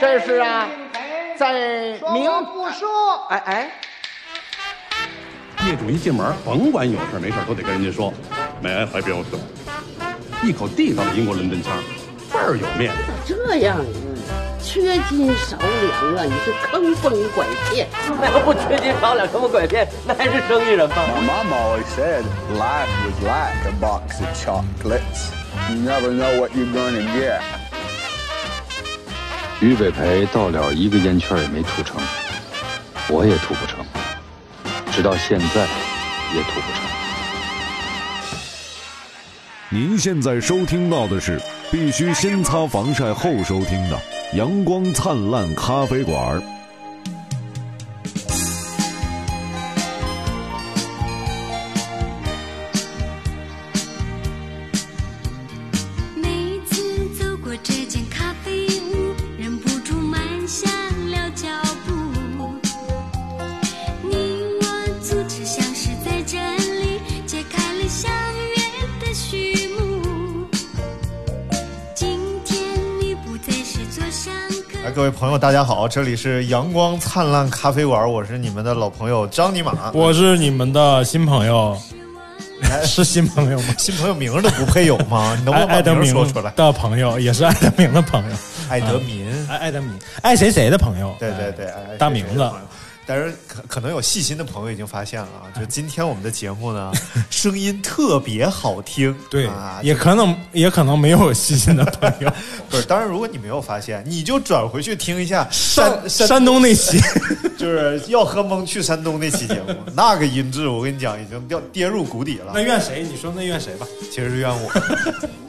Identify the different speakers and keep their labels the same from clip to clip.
Speaker 1: 这是啊，在
Speaker 2: 说
Speaker 1: 明
Speaker 2: 我不说，
Speaker 1: 哎哎，
Speaker 3: 业主一进门，甭管有事没事都得跟人家说，May I help you？一口地道的英国伦敦腔，倍儿有面子。
Speaker 4: 这样啊，缺斤少两啊，你是坑蒙拐骗。
Speaker 5: 那要不缺斤少两，什么拐骗？那还是生意人吗？
Speaker 6: My mom always said life was like a box of chocolates. You never know what you're gonna get.
Speaker 7: 于北培到了一个烟圈也没吐成，我也吐不成，直到现在也吐不成。
Speaker 8: 您现在收听到的是必须先擦防晒后收听的《阳光灿烂咖啡馆》。
Speaker 9: 每次走过这间咖啡屋，忍不住慢下了脚步。你我初次相识在这里，揭开了相约的序幕。今天你不再是座上客。
Speaker 10: 哎，各位朋友，大家好，这里是阳光灿烂咖啡馆，我是你们的老朋友张尼玛。
Speaker 11: 我是你们的新朋友，是新朋友吗？
Speaker 10: 哎新朋友名儿都不配有 吗？你能不能
Speaker 11: 艾
Speaker 10: 把
Speaker 11: 德
Speaker 10: 名儿
Speaker 11: 明
Speaker 10: 说出来？
Speaker 11: 的朋友，也是艾德明的朋友，
Speaker 10: 艾德民，
Speaker 11: 艾艾德明，爱谁谁的朋友，
Speaker 10: 对对对，
Speaker 11: 哎
Speaker 10: 哎
Speaker 11: 大名
Speaker 10: 这
Speaker 11: 字
Speaker 10: 是。但是可可能有细心的朋友已经发现了啊，就今天我们的节目 呢，声音特别好听，
Speaker 11: 对
Speaker 10: 啊，，
Speaker 11: 也可能也可能没有细心的朋友。
Speaker 10: 不是。当然，如果你没有发现，你就转回去听一下山
Speaker 11: 山山东那期，
Speaker 10: 就是要喝蒙去山东那期节 目，那个音质我跟你讲已经掉跌入谷底了
Speaker 11: 那。怨谁？你说那怨谁吧？
Speaker 10: 其实是怨我，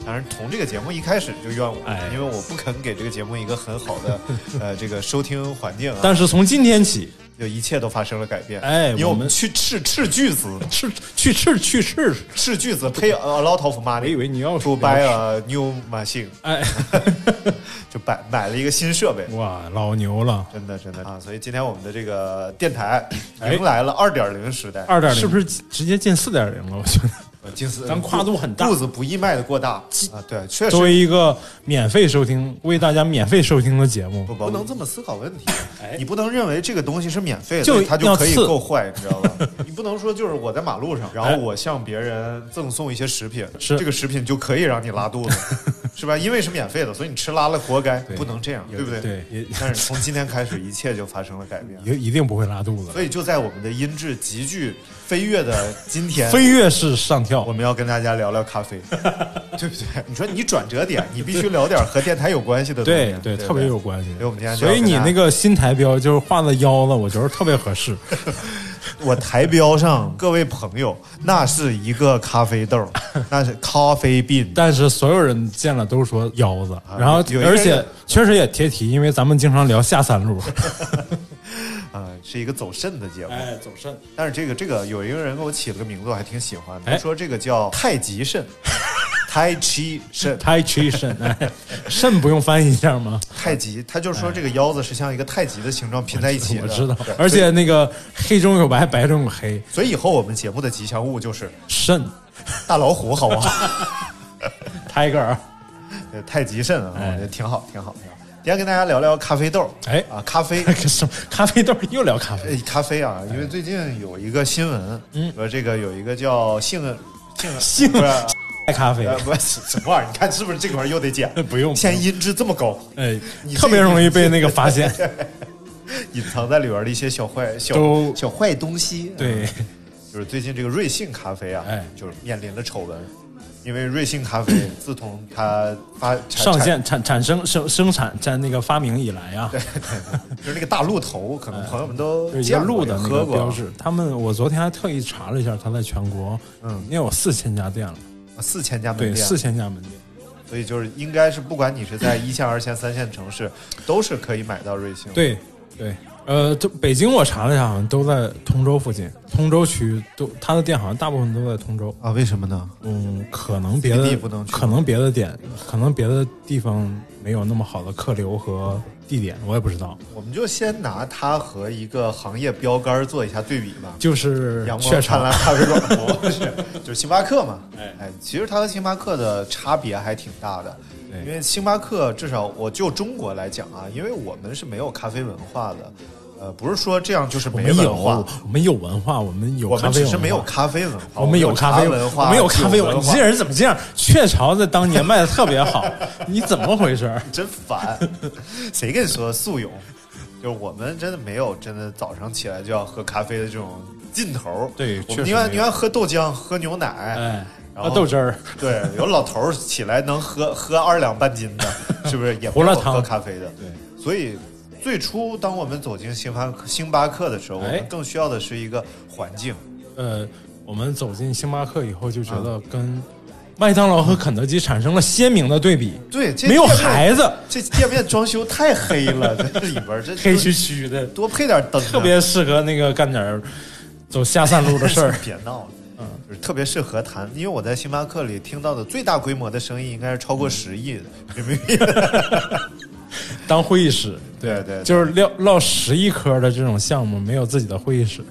Speaker 10: 当然从这个节目一开始就怨我，
Speaker 11: 哎
Speaker 10: 因为我不肯给这个节目一个很好 的呃这个收听环境啊，
Speaker 11: 但是从今天起，
Speaker 10: 就一切都发生了改变。
Speaker 11: 哎
Speaker 10: 因为我
Speaker 11: 我
Speaker 10: 们
Speaker 11: 们
Speaker 10: 去斥斥巨资，
Speaker 11: 去去斥去斥，
Speaker 10: 斥巨 资呃 pay a lot of
Speaker 11: 我
Speaker 10: money
Speaker 11: 以为你要
Speaker 10: ，to
Speaker 11: 说
Speaker 10: buy a new machine，
Speaker 11: 哎，
Speaker 10: 就买买了一个新设备。
Speaker 11: 哇，老牛了，
Speaker 10: 真的，真的啊！所以今天我们的这个电台
Speaker 11: 哎
Speaker 10: 迎来了二点零时代，
Speaker 11: 二点零
Speaker 10: 是
Speaker 11: 是
Speaker 10: 不
Speaker 11: 不是直接进四点零了？我觉得，
Speaker 10: 是？金丝，
Speaker 11: 咱跨度很大
Speaker 10: 步子不易迈得过大啊！对，确实
Speaker 11: 作为一个免费收听，为大家免费收听的节目，
Speaker 10: 不不能这么思考问题，你不能认为这个东西是免费的，
Speaker 11: 哎就
Speaker 10: 它就
Speaker 11: 要
Speaker 10: 可以
Speaker 11: 刺哎
Speaker 10: 够坏，你知道吧？ 你不能说就是我在马路上，然后我向别人赠送一些食品，
Speaker 11: 是
Speaker 10: 这个食品就可以让你拉 肚子，是吧？因为是免费的，所以你吃拉了活该，不能这样，对不对？
Speaker 11: 对也
Speaker 10: 但是从今天开始，一切就发生了改变。
Speaker 11: 一一定不会拉肚子
Speaker 10: 所。以就在我们的音质急剧飞跃的今 天，
Speaker 11: 飞跃式上跳
Speaker 10: 我，们要跟大家聊聊咖 啡，对不对？你说你转折点，你必须聊点和电台有关系的东西，
Speaker 11: 对
Speaker 10: 对
Speaker 11: 对，
Speaker 10: 不对，
Speaker 11: 特别有关系
Speaker 10: 所以我们今天。就要
Speaker 11: 所以
Speaker 10: 跟
Speaker 11: 你
Speaker 10: 大家
Speaker 11: 那个新台标就是画的腰子，我觉得特别合适。
Speaker 10: 我台标上各位朋友，那是一个咖啡豆， 那是咖啡 bean。
Speaker 11: 但是所有人见了都说腰子，然后
Speaker 10: 啊有一个
Speaker 11: 而
Speaker 10: 人嗯
Speaker 11: 且确实也贴题，因为咱们经常聊下三路。
Speaker 10: 啊，是一个走肾的节目。
Speaker 11: 哎，走肾，
Speaker 10: 但是这个这个有一个人给我起了个名字，我还挺喜欢的。
Speaker 11: 哎
Speaker 10: 他说这个叫太极 肾，太极肾，
Speaker 11: 太 屈肾，哎，肾不用翻译一下吗？
Speaker 10: 太极。他就说这个腰子是像一个太极的形状拼在一起的。
Speaker 11: 哎我知道
Speaker 10: 对，
Speaker 11: 而且那个黑中有白，白中有黑，
Speaker 10: 所以以后我们节目的吉祥物就是
Speaker 11: 肾
Speaker 10: 大老虎，好不好？
Speaker 11: tiger，
Speaker 10: 对太极肾啊，我
Speaker 11: 哎
Speaker 10: 觉得挺好，挺好，挺好。今天跟大家聊聊咖啡豆，
Speaker 11: 哎
Speaker 10: 啊，咖啡，
Speaker 11: 什么咖啡豆又聊咖啡
Speaker 10: 呃，咖啡啊，因为最近有一个新闻，说这个有一个叫性性
Speaker 11: 嗯性
Speaker 10: 不是
Speaker 11: 爱咖啡，
Speaker 10: 呃不 是什么玩意儿？你看是不是这块儿又得剪？
Speaker 11: 不用
Speaker 10: 现在音质这么高，
Speaker 11: 哎
Speaker 10: 你，
Speaker 11: 特别容易被那个发 现。
Speaker 10: 隐藏在里边的一些小坏小
Speaker 11: 都
Speaker 10: 小坏东西。
Speaker 11: 对
Speaker 10: 嗯，就是最近这个瑞幸咖啡啊
Speaker 11: 哎，
Speaker 10: 就是面临了丑闻，因为瑞幸 咖啡自从它发产
Speaker 11: 上，
Speaker 10: 产
Speaker 11: 线产产生生生产在那个发明以来啊，
Speaker 10: 就是那个大鹿头，可能朋友们都
Speaker 11: 哎有一个
Speaker 10: 见过
Speaker 11: 鹿的
Speaker 10: 也
Speaker 11: 那
Speaker 10: 喝
Speaker 11: 个
Speaker 10: 过
Speaker 11: 标志。他们我昨天还特意查了一下，他在全国
Speaker 10: 嗯
Speaker 11: 嗯也有四千家店了，
Speaker 10: 四千家门
Speaker 11: 对，
Speaker 10: 店，
Speaker 11: 四千家门店。
Speaker 10: 所以就是应该是不管你是在一线、二线、三线城市，都是可以买到瑞幸。，
Speaker 11: 对对，呃，这北京我查了一下，好像都在通州附近，通州区都他的店好像大部分都在通州。
Speaker 10: 啊，为什么呢？
Speaker 11: 嗯，可能别
Speaker 10: 别地
Speaker 11: 的
Speaker 10: 不能去
Speaker 11: 可能别的点，可能别的地方没有那么好的客流和地点，我也不知道。
Speaker 10: 我们就先拿它和一个行业标杆做一下对比吧。
Speaker 11: 就是啊
Speaker 10: 阳光
Speaker 11: 雀
Speaker 10: 灿
Speaker 11: 巢
Speaker 10: 烂咖啡馆，哎不是，就是星巴克嘛。哎，其实它和星巴克的差别还挺大的。
Speaker 11: 对
Speaker 10: 因为星巴克至少我就中国来讲啊，因为我们是没有咖啡文化的，呃，不是说这样就是
Speaker 11: 我
Speaker 10: 没
Speaker 11: 们有
Speaker 10: 文化，
Speaker 11: 我们有文化，我们有
Speaker 10: 我
Speaker 11: 咖
Speaker 10: 们
Speaker 11: 啡
Speaker 10: 只
Speaker 11: 文
Speaker 10: 是
Speaker 11: 化，
Speaker 10: 没有咖啡文化，
Speaker 11: 我们有咖啡
Speaker 10: 文化，
Speaker 11: 我们有咖啡
Speaker 10: 文
Speaker 11: 文化。你这人怎么这样？雀巢在当年卖的特别好， 你怎么回事儿？
Speaker 10: 真烦，谁跟你说速溶？就是我们真的没有真的早上起来就要喝咖啡的这种劲头。
Speaker 11: 对
Speaker 10: 我
Speaker 11: 确实
Speaker 10: 们宁愿
Speaker 11: 没有
Speaker 10: 宁愿喝豆浆、喝牛奶。
Speaker 11: 哎，
Speaker 10: 然后
Speaker 11: 啊豆汁儿，
Speaker 10: 对，有老头儿起来能喝喝二两半斤的，是不是也不
Speaker 11: 胡辣
Speaker 10: 是
Speaker 11: 汤
Speaker 10: 喝咖啡的？对，所以最初当我们走进星巴克星巴克的时候，我
Speaker 11: 哎
Speaker 10: 们更需要的是一个环境。
Speaker 11: 呃，我们走进星巴克以后就觉
Speaker 10: 嗯
Speaker 11: 得跟麦当劳和肯德基产生了鲜明的对比，
Speaker 10: 对，这
Speaker 11: 没有
Speaker 10: 店面
Speaker 11: 孩子，
Speaker 10: 这店面装修太黑了，这里边儿这
Speaker 11: 黑黢黢的，
Speaker 10: 多配点灯啊，。
Speaker 11: 特别适合那个干点儿走下三路的事儿
Speaker 10: 别闹了，嗯，就是特别适合谈，因为我在星巴克里听到的最大规模的生意应该是超过
Speaker 11: 嗯
Speaker 10: 十亿的 人民币。
Speaker 11: 当会议室，
Speaker 10: 对对
Speaker 11: 就是撂落十一科的这种项目没有自己的会议室，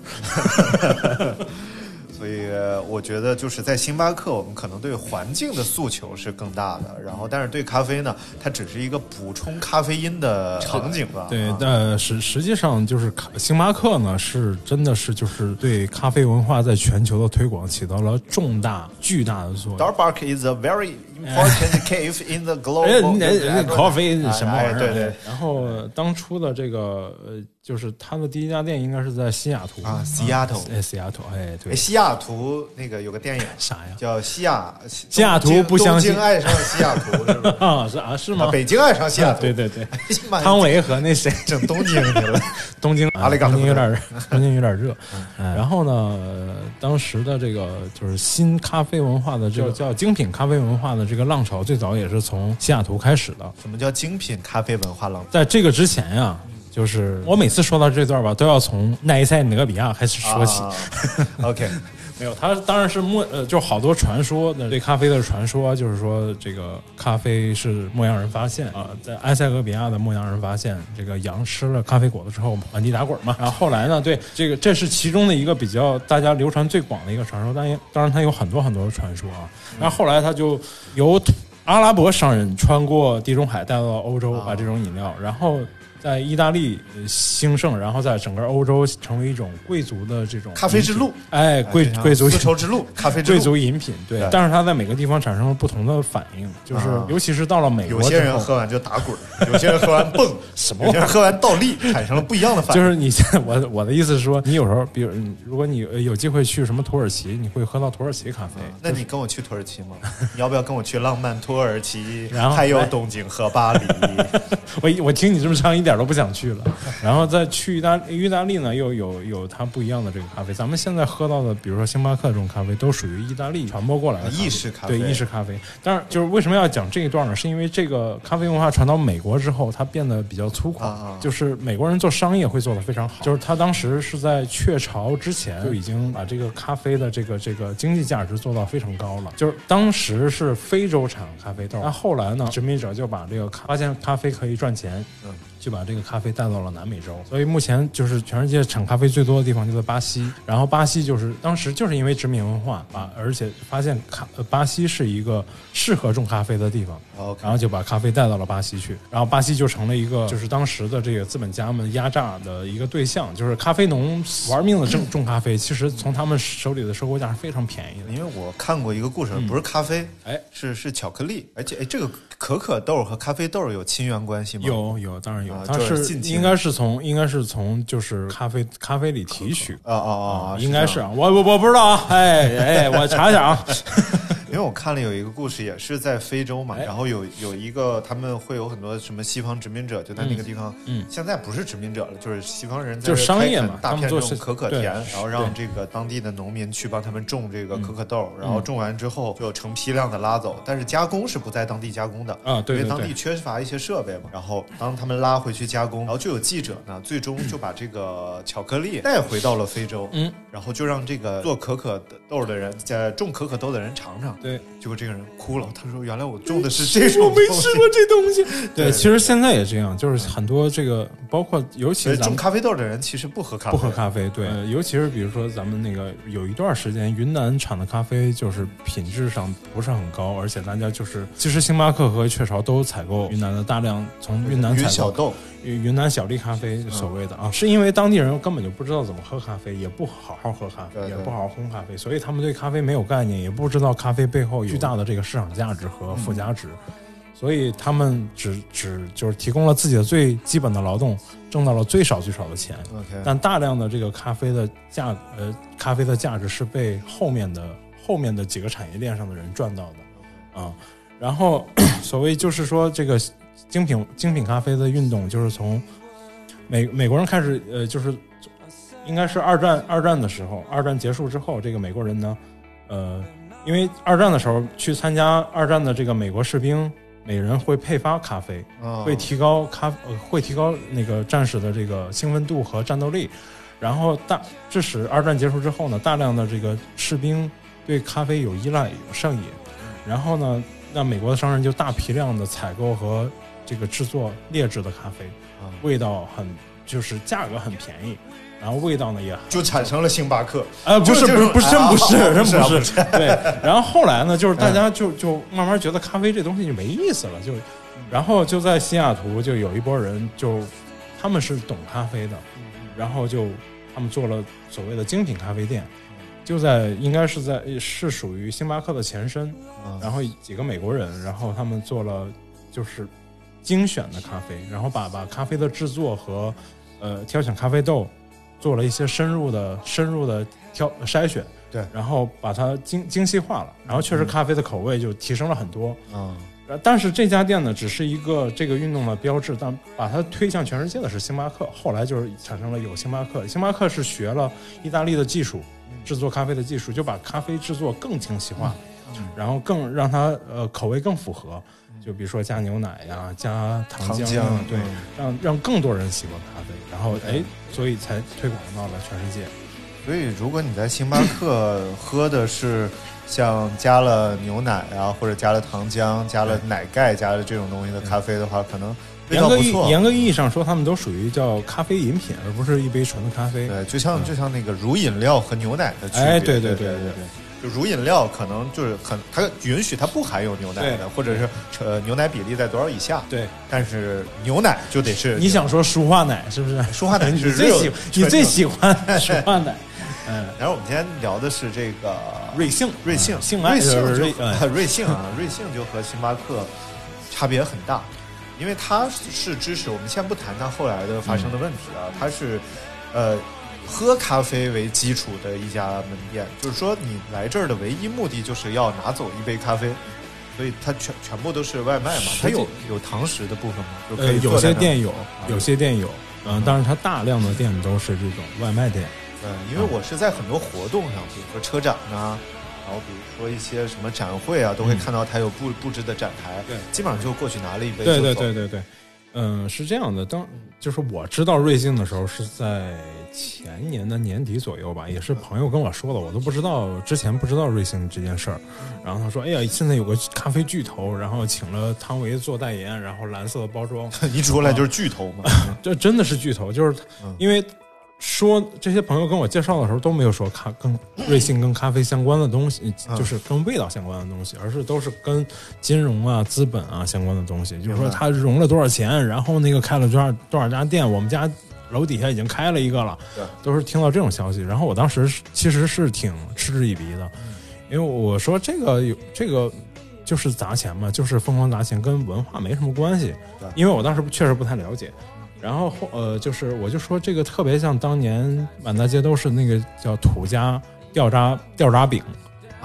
Speaker 10: 所以呃我觉得就是在星巴克，我们可能对环境的诉求是更大的，然后但是对咖啡呢，它只是一个补充咖啡因的场景吧。
Speaker 11: 对
Speaker 10: 啊，
Speaker 11: 呃，实实际上就是咖星巴克呢，是真的是就是对咖啡文化在全球的推广起到了重大巨大的作用。
Speaker 10: Starbucks is a very important cave in the
Speaker 11: 哎呀，
Speaker 10: global
Speaker 11: 你 哎
Speaker 10: network
Speaker 11: 咖啡什么玩意
Speaker 10: 哎
Speaker 11: 儿？
Speaker 10: 对对。
Speaker 11: 然后当初的这个呃，就是他的第一家店应该是在西雅图
Speaker 10: 啊西雅图
Speaker 11: 哎，西雅图，哎，对
Speaker 10: 哎，，西雅图那个有个电影
Speaker 11: 啥呀
Speaker 10: 叫《西雅
Speaker 11: 西雅图不相信
Speaker 10: 东京爱上西雅图》，是不是？
Speaker 11: 啊，是啊，是
Speaker 10: 啊，
Speaker 11: 吗？
Speaker 10: 北京爱上西雅图，
Speaker 11: 对对 对
Speaker 10: 呀妈，呀
Speaker 11: 汤唯和那谁，
Speaker 10: 整东京去了。
Speaker 11: 东京，啊
Speaker 10: 阿里嘎多
Speaker 11: 东京有点儿，东京有点儿 热。
Speaker 10: 嗯
Speaker 11: 嗯然后呢，呃当时的这个就是新咖啡文化的这个叫精品咖啡文化的这个浪潮，最早也是从西雅图开始的。
Speaker 10: 什么叫精品咖啡文化浪
Speaker 11: 在这个之前呀、就是我每次说到这段吧，都要从奈塞尼格比亚开始说起。
Speaker 10: 啊 OK，
Speaker 11: 没有，它当然是莫呃，就好多传说的对咖啡的传说，啊就是说这个咖啡是牧羊人发现啊、在埃塞俄比亚的牧羊人发现这个羊吃了咖啡果子之后满地打滚嘛。然后后来呢，对这个这是其中的一个比较大家流传最广的一个传说，当然当然它有很多很多的传说啊。然后后来它就由阿拉伯商人穿过地中海带到欧
Speaker 10: 啊
Speaker 11: 洲，把这种饮料，然后。在意大利呃兴盛，然后在整个欧洲成为一种贵族的这种
Speaker 10: 咖啡之路
Speaker 11: 饮品哎， 贵
Speaker 10: 啊
Speaker 11: 贵族
Speaker 10: 丝绸之 路，咖啡之
Speaker 11: 贵
Speaker 10: 路
Speaker 11: 族。饮品，对
Speaker 10: 对，
Speaker 11: 但是它在每个地方产生了不同的反应，就是
Speaker 10: 啊
Speaker 11: 尤其是到了美
Speaker 10: 有
Speaker 11: 国之后，
Speaker 10: 些人喝完就打滚，有些人喝完蹦，
Speaker 11: 什么
Speaker 10: 有
Speaker 11: 玩
Speaker 10: 些
Speaker 11: 意
Speaker 10: 人
Speaker 11: 儿？
Speaker 10: 喝完倒立，产生了不一样的反
Speaker 11: 就
Speaker 10: 应。
Speaker 11: 是你现在，我我的意思是说，你有时候，比如你如果你呃有机会去什么土耳其，你会喝到土耳其咖啡。
Speaker 10: 那你跟我去土耳其吗？ 你要不要跟我去浪漫土耳其？
Speaker 11: 然后
Speaker 10: 还有东京和巴 黎。
Speaker 11: 我一我听你这么唱，一点都不想去了。然后再去意大意大利呢，又有有它不一样的这个咖啡。咱们现在喝到的，比如说星巴克这种咖啡，都属于意大利传播过来的
Speaker 10: 啊意式咖啡
Speaker 11: 对意式咖啡。但是就是为什么要讲这一段呢？是因为这个咖啡文化传到美国之后，它变得比较粗犷，
Speaker 10: 啊
Speaker 11: 就是美国人做商业会做得非常好。就是他当时是在雀巢之前就已经把这个咖啡的这个这个经济价值做到非常高了。就是当时是非洲产咖啡豆，但后来呢，殖民者就把这个咖发现咖啡可以赚钱，嗯，就把这个咖啡带到了南美洲。所以目前就是全世界产咖啡最多的地方就在巴西。然后巴西就是当时就是因为殖民文化把，而且发现咖呃巴西是一个适合种咖啡的地方，
Speaker 10: OK
Speaker 11: 然后就把咖啡带到了巴西去，然后巴西就成了一个就是当时的这个资本家们压榨的一个对象，就是咖啡农玩命的种种咖啡，其实从他们手里的收购价是非常便宜的
Speaker 10: 因。为我看过一个故事，不是咖啡，
Speaker 11: 哎
Speaker 10: 是是巧克力，而且哎，这个可可豆和咖啡豆有亲缘关系吗？
Speaker 11: 有有，当然有
Speaker 10: 啊，
Speaker 11: 它
Speaker 10: 就是
Speaker 11: 是
Speaker 10: 近亲
Speaker 11: 应该是从应该是从就是咖啡咖啡里提取
Speaker 10: 啊啊啊啊！
Speaker 11: 应
Speaker 10: 这
Speaker 11: 该
Speaker 10: 样
Speaker 11: 是啊，我我我不知道啊，哎哎，我查一下 啊，
Speaker 10: 因为我看了有一个故事，也是在非洲嘛，
Speaker 11: 哎
Speaker 10: 然后有有一个他们会有很多什么西方殖民者，就在那个地方，
Speaker 11: 嗯嗯
Speaker 10: 现在不是殖民者了，就是西方人在
Speaker 11: 就是商业
Speaker 10: 开垦
Speaker 11: 嘛
Speaker 10: 大
Speaker 11: 他们
Speaker 10: 片
Speaker 11: 做
Speaker 10: 种
Speaker 11: 事
Speaker 10: 可可
Speaker 11: 对
Speaker 10: 田，然后让这
Speaker 11: 对嗯
Speaker 10: 个当地的农民去帮他们种这个可可豆，然后种完之后就成批量的拉走，但是加工是不在当地加工的
Speaker 11: 啊对
Speaker 10: 因为
Speaker 11: 对
Speaker 10: 当
Speaker 11: 对
Speaker 10: 地缺乏一些设备嘛，然后当他们拉回去加工，然后就有记者呢，最终就把这个巧克力带回到了非洲，
Speaker 11: 嗯，
Speaker 10: 然后就让这个做可可豆的人，在种可可豆的人尝尝，
Speaker 11: 对，
Speaker 10: 结果这个人哭了，他说原来我种的是这种
Speaker 11: 我没
Speaker 10: 东西
Speaker 11: 吃过这东西。
Speaker 10: 对
Speaker 11: 对，其实现在也这样，就是很多这个，包括尤其
Speaker 10: 所以
Speaker 11: 是咱
Speaker 10: 种
Speaker 11: 们
Speaker 10: 咖啡豆嗯的人其实不喝咖啡，
Speaker 11: 不喝咖啡，对，呃尤其是比如说咱们那个有一段时间，云南产的咖啡就是品质上不是很高，而且大家就是其实星巴克和雀巢都采购云南的大量从云南
Speaker 10: 云
Speaker 11: 采
Speaker 10: 小
Speaker 11: 购
Speaker 10: 豆，
Speaker 11: 云云南小粒咖啡所谓的
Speaker 10: 嗯
Speaker 11: 啊，是因为当地人根本就不知道怎么喝咖啡，也不好好喝咖啡，
Speaker 10: 对
Speaker 11: 也
Speaker 10: 对
Speaker 11: 不好好烘咖啡，所以他们对咖啡没有概念，也不知道咖啡背后有巨大的这个市场价值和附加值，
Speaker 10: 嗯
Speaker 11: 所以他们只只就是提供了自己的最基本的劳动，挣到了最少最少的钱。
Speaker 10: OK，
Speaker 11: 但大量的这个咖啡的价呃，咖啡的价值是被后面的后面的几个产业链上的人赚到的啊。然后 所谓就是说这个精品精品咖啡的运动，就是从美美国人开始呃，就是应该是二战二战的时候，二战结束之后，这个美国人呢，呃，因为二战的时候去参加二战的这个美国士兵，每人会配发咖啡。
Speaker 10: 嗯
Speaker 11: 会提高咖、呃、会提高那个战士的这个兴奋度和战斗力。然后大致使二战结束之后呢，大量的这个士兵对咖啡有依赖有上瘾，然后呢，那美国的商人就大批量的采购和这个制作劣质的咖啡，
Speaker 10: 嗯
Speaker 11: 味道很就是价格很便宜，然后味道呢也很
Speaker 10: 就产生了星巴克，
Speaker 11: 呃，不
Speaker 10: 就是就
Speaker 11: 不是不是，真
Speaker 10: 啊
Speaker 11: 不是真
Speaker 10: 是啊
Speaker 11: 不是。 对，然后后来呢，就是大家就就慢慢觉得咖啡这东西就没意思了，就，然后就在西雅图就有一波人就，他们是懂咖啡的，然后就他们做了所谓的精品咖啡店，就在应该是在是属于星巴克的前身，
Speaker 10: 嗯
Speaker 11: 然后几个美国人，然后他们做了就是精选的咖啡，然后把把咖啡的制作和呃挑选咖啡豆做了一些深入的深入的挑筛选，
Speaker 10: 对
Speaker 11: 然后把它精精细化了，然后确实咖啡的口味就提升了很多。
Speaker 10: 嗯，
Speaker 11: 呃但是这家店呢，只是一个这个运动的标志，但把它推向全世界的是星巴克。后来就是产生了有星巴克，星巴克是学了意大利的技术，
Speaker 10: 嗯
Speaker 11: 制作咖啡的技术，就把咖啡制作更精细化，
Speaker 10: 嗯
Speaker 11: 然后更让它呃口味更符合。就比如说加牛奶呀、加糖
Speaker 10: 糖
Speaker 11: 浆
Speaker 10: 浆
Speaker 11: 啊，对
Speaker 10: 嗯，
Speaker 11: 让让更多人喜欢咖啡，然后哎，所以才推广到了全世界。
Speaker 10: 所以如果你在星巴克喝的是像加了牛奶啊，或者加了糖浆、加了奶盖、加了这种东西的咖啡的话，可能味
Speaker 11: 嗯严
Speaker 10: 道
Speaker 11: 格
Speaker 10: 不
Speaker 11: 意
Speaker 10: 错。
Speaker 11: 严格意义上说，他们都属于叫咖啡饮品，而不是一杯纯的咖啡。
Speaker 10: 对，就像就像那个乳饮料和牛奶的区别。
Speaker 11: 哎，对
Speaker 10: 对
Speaker 11: 对对对。
Speaker 10: 就乳饮料可能就是很，它允许它不含有牛奶
Speaker 11: 对
Speaker 10: 的，或者是呃牛奶比例在多少以下。
Speaker 11: 对，
Speaker 10: 但是牛奶就得是
Speaker 11: 你，想说舒化奶是不是？
Speaker 10: 舒化奶
Speaker 11: 你
Speaker 10: 是
Speaker 11: 最喜
Speaker 10: 热
Speaker 11: 你最 喜欢舒化奶，嗯，
Speaker 10: 然后我们今天聊的是这个
Speaker 11: 瑞幸
Speaker 10: 瑞幸，
Speaker 11: 嗯性
Speaker 10: 瑞
Speaker 11: 爱
Speaker 10: 幸
Speaker 11: 呃
Speaker 10: 就
Speaker 11: 瑞
Speaker 10: 和瑞幸啊， 瑞幸就和星巴克差别很大，因为它是支持我们先不谈它后来的发生的问题
Speaker 11: 嗯
Speaker 10: 啊，它是呃喝咖啡为基础的一家门店，就是说你来这儿的唯一目的就是要拿走一杯咖啡。所以它全全部都是外卖嘛，它有有堂食的部分吗？就可
Speaker 11: 呃，
Speaker 10: 以
Speaker 11: 有
Speaker 10: 坐在那
Speaker 11: 些
Speaker 10: 儿啊
Speaker 11: 店有，有些店有，嗯，但是它大量的店都是这种外卖店，
Speaker 10: 嗯，因为我是在很多活动上，比如说车展呐、然后比如说一些什么展会啊，都会看到它有布布置的展台，
Speaker 11: 嗯对
Speaker 10: 基本上就过去拿了一杯
Speaker 11: 对
Speaker 10: 就
Speaker 11: 对
Speaker 10: 走
Speaker 11: 对，对对，嗯，是这样的，当就是我知道瑞幸的时候是在前年的年底左右吧，也是朋友跟我说的，我都不知道之前不知道瑞幸这件事儿，
Speaker 10: 嗯
Speaker 11: 然后他说，哎呀，现在有个咖啡巨头，然后请了汤唯做代言，然后蓝色的包装，
Speaker 10: 一出来
Speaker 11: 啊
Speaker 10: 就是巨 头嘛，
Speaker 11: 这真的是巨头，就是因为说这些朋友跟我介绍的时候都没有说咖跟瑞幸跟咖啡相关的东西，就是跟味道相关的东西，而是都是跟金融啊、资本啊相关的东西。就是说他融了多少钱，然后那个开了多少多少家店，我们家楼底下已经开了一个了，都是听到这种消息。然后我当时是其实是挺嗤之以鼻的，因为我说这个有这个。就是砸钱嘛，就是疯狂砸钱，跟文化没什么关系。因为我当时确实不太了解，然后后呃，就是我就说这个特别像当年满大街都是那个叫土家掉渣掉渣饼，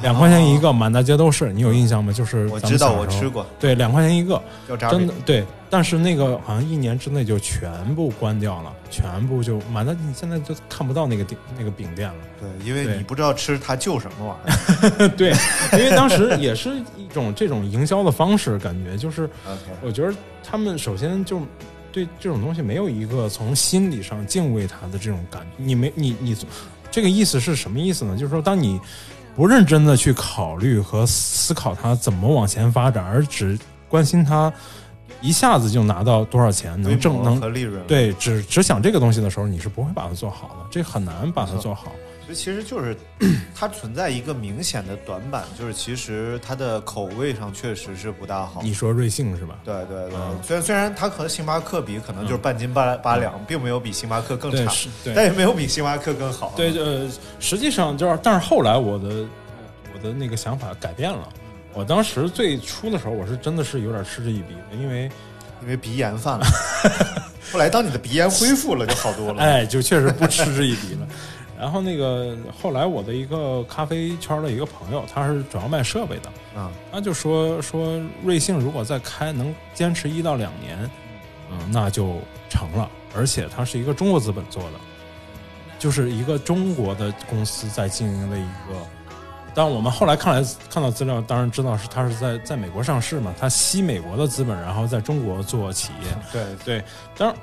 Speaker 11: 两块钱一个，满大街都是，你有印象吗？就是
Speaker 10: 哦我
Speaker 11: 咱们
Speaker 10: 知道
Speaker 11: 小
Speaker 10: 我
Speaker 11: 时候
Speaker 10: 吃过
Speaker 11: 对，两块钱一个，
Speaker 10: 叫扎
Speaker 11: 真
Speaker 10: 饼
Speaker 11: 的。对，但是那个好像一年之内就全部关掉了，全部就满大，你现在就看不到那个店那个饼店了。
Speaker 10: 对，因为
Speaker 11: 对
Speaker 10: 你不知道吃它就什么玩意儿，
Speaker 11: 对，因为当时也是一种这种营销的方式，感觉就是，我觉得他们首先就对这种东西没有一个从心理上敬畏它的这种感觉。你没你你，这个意思是什么意思呢？就是说，当你不认真的去考虑和思考它怎么往前发展，而只关心它一下子就拿到多少钱， 能
Speaker 10: 规
Speaker 11: 挣
Speaker 10: 模
Speaker 11: 能
Speaker 10: 和利润
Speaker 11: 对，只只想这个东西的时候，你是不会把它做好的，这很难把它做好。
Speaker 10: 所以其实就是它存在一个明显的短板，就是其实它的口味上确实是不大好。
Speaker 11: 你啊说瑞幸是吧？
Speaker 10: 对对对，虽然虽然它和星巴克比，可能就是半斤八八两，并没有比星巴克更
Speaker 11: 嗯对
Speaker 10: 差
Speaker 11: 是，对
Speaker 10: 但也没有比星巴克更好。
Speaker 11: 对，呃，实际上就是，但是后来我的我的那个想法改变了。我当时最初的时候，我是真的是有点嗤之以鼻的，因为
Speaker 10: 因为鼻炎犯了。 后来当你的鼻炎恢复了，就好多了。
Speaker 11: 哎，就确实不嗤之以鼻了。然后那个后来我的一个咖啡圈的一个朋友，他是主要卖设备的，
Speaker 10: 啊，
Speaker 11: 他就说说瑞幸如果再开能坚持一到两年，嗯，那就成了。而且它是一个中国资本做的，就是一个中国的公司在经营的一个。但我们后来看来看到资料，当然知道是它是在在美国上市嘛，它吸美国的资本，然后在中国做企业。
Speaker 10: 对
Speaker 11: 对，当然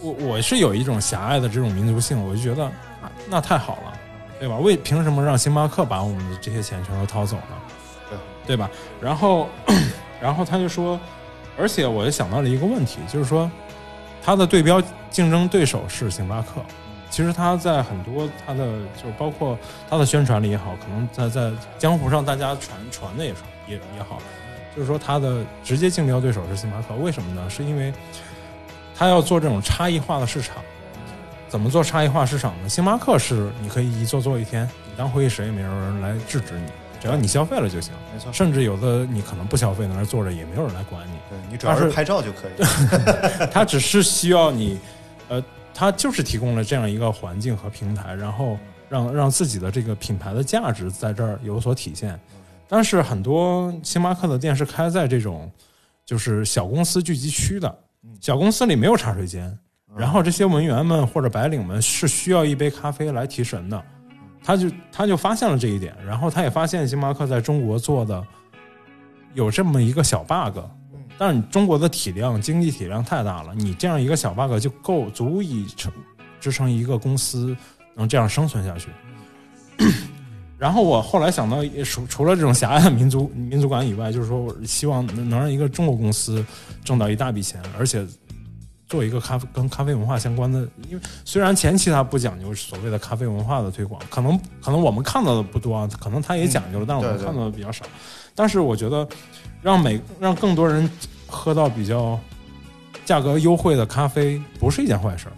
Speaker 11: 我我是有一种狭隘的这种民族性，我就觉得那那太好了，对吧？为凭什么让星巴克把我们的这些钱全都掏走呢
Speaker 10: 对？
Speaker 11: 对吧？然后 然后他就说，而且我又想到了一个问题，就是说他的对标竞争对手是星巴克。其实他在很多他的就是包括他的宣传里也好，可能在在江湖上大家传传的也是也也好，就是说他的直接竞标对手是星巴克，为什么呢？是因为他要做这种差异化的市场。怎么做差异化市场呢？星巴克是你可以一做做一天，你当回事也没有人来制止你，只要你消费了就行。
Speaker 10: 没错
Speaker 11: 甚至有的你可能不消费，在那儿坐着也没有人来管你。
Speaker 10: 对你主要是
Speaker 11: 但是
Speaker 10: 拍照就可以了。
Speaker 11: 他只是需要你，呃，他就是提供了这样一个环境和平台，然后让让自己的这个品牌的价值在这儿有所体现。但是很多星巴克的店是开在这种就是小公司聚集区的，小公司里没有茶水间，然后这些文员们或者白领们是需要一杯咖啡来提神的。他就他就发现了这一点，然后他也发现星巴克在中国做的有这么一个小 bug，但是你中国的体量、经济体量太大了，你这样一个小 bug 就够足以成支撑一个公司能这样生存下去。
Speaker 10: 嗯
Speaker 11: 然后我后来想到，也除除了这种狭隘的民族民族感以外，就是说我希望能能让一个中国公司挣到一大笔钱，而且做一个咖啡跟咖啡文化相关的，因为虽然前期它不讲究所谓的咖啡文化的推广，可能可能我们看到的不多啊，可能它也讲究了，但是我
Speaker 10: 嗯
Speaker 11: 们
Speaker 10: 对对
Speaker 11: 看到的比较少。但是我觉得让每让更多人喝到比较价格优惠的咖啡不是一件坏事儿。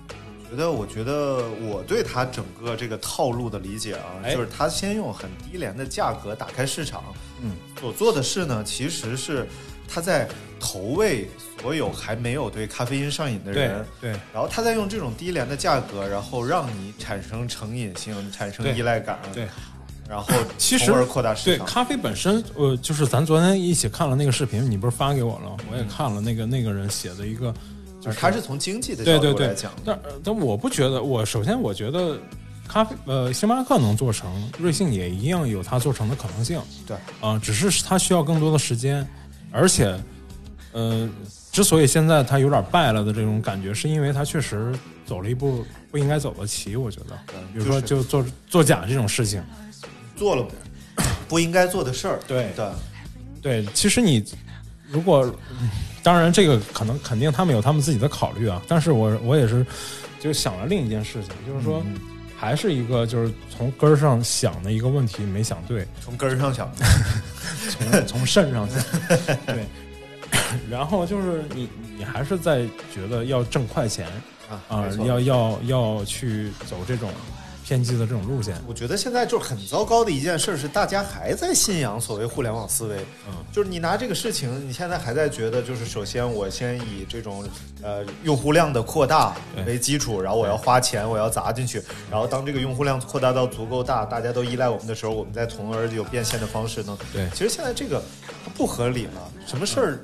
Speaker 10: 觉得，我觉得我对他整个这个套路的理解啊，
Speaker 11: 哎
Speaker 10: 就是他先用很低廉的价格打开市场，
Speaker 11: 嗯，
Speaker 10: 所做的事呢，其实是他在投喂所有还没有对咖啡因上瘾的人，
Speaker 11: 对，
Speaker 10: 然后他再用这种低廉的价格，然后让你产生成瘾性，产生
Speaker 11: 对
Speaker 10: 依赖感，
Speaker 11: 对，
Speaker 10: 然后
Speaker 11: 其实
Speaker 10: 从而扩大市
Speaker 11: 对
Speaker 10: 场。
Speaker 11: 咖啡本身，呃，就是咱昨天一起看了那个视频，你不是发给我了，我也看了那个那个人写的一个，就是
Speaker 10: 嗯他是从经济的
Speaker 11: 对
Speaker 10: 角
Speaker 11: 对
Speaker 10: 度来
Speaker 11: 对
Speaker 10: 讲，，
Speaker 11: 但呃但我不觉得，我首先我觉得咖啡呃星巴克能做成，瑞幸也一样有它做成的可能性，
Speaker 10: 对
Speaker 11: 啊、只是它需要更多的时间，而且呃，之所以现在它有点败了的这种感觉，是因为它确实走了一步不应该走的棋，我觉得，比如说
Speaker 10: 就
Speaker 11: 就做做假这种事情。
Speaker 10: 做了不应该做的事儿，
Speaker 11: 对
Speaker 10: 对，
Speaker 11: 对，其实你如果，嗯当然这个可能肯定他们有他们自己的考虑啊，但是我我也是就想了另一件事情，就是说。
Speaker 10: 嗯
Speaker 11: 还是一个就是从根儿上想的一个问题没想对，
Speaker 10: 从根儿上想，
Speaker 11: 从从肾上想，对。 然后就是你你还是在觉得要挣快钱
Speaker 10: 啊
Speaker 11: 啊
Speaker 10: 没，错
Speaker 11: 要要要去走这种偏激的这种路线，
Speaker 10: 我觉得现在就是很糟糕的一件事是，大家还在信仰所谓互联网思维。嗯，就是你拿这个事情，你现在还在觉得，就是首先我先以这种呃用户量的扩大为基础，然后我要花钱，我要砸进去，然后当这个用户量扩大到足够大，大家都依赖我们的时候，我们再从而有变现的方式呢。
Speaker 11: 对
Speaker 10: 其实现在这个它不合理了，什么事儿？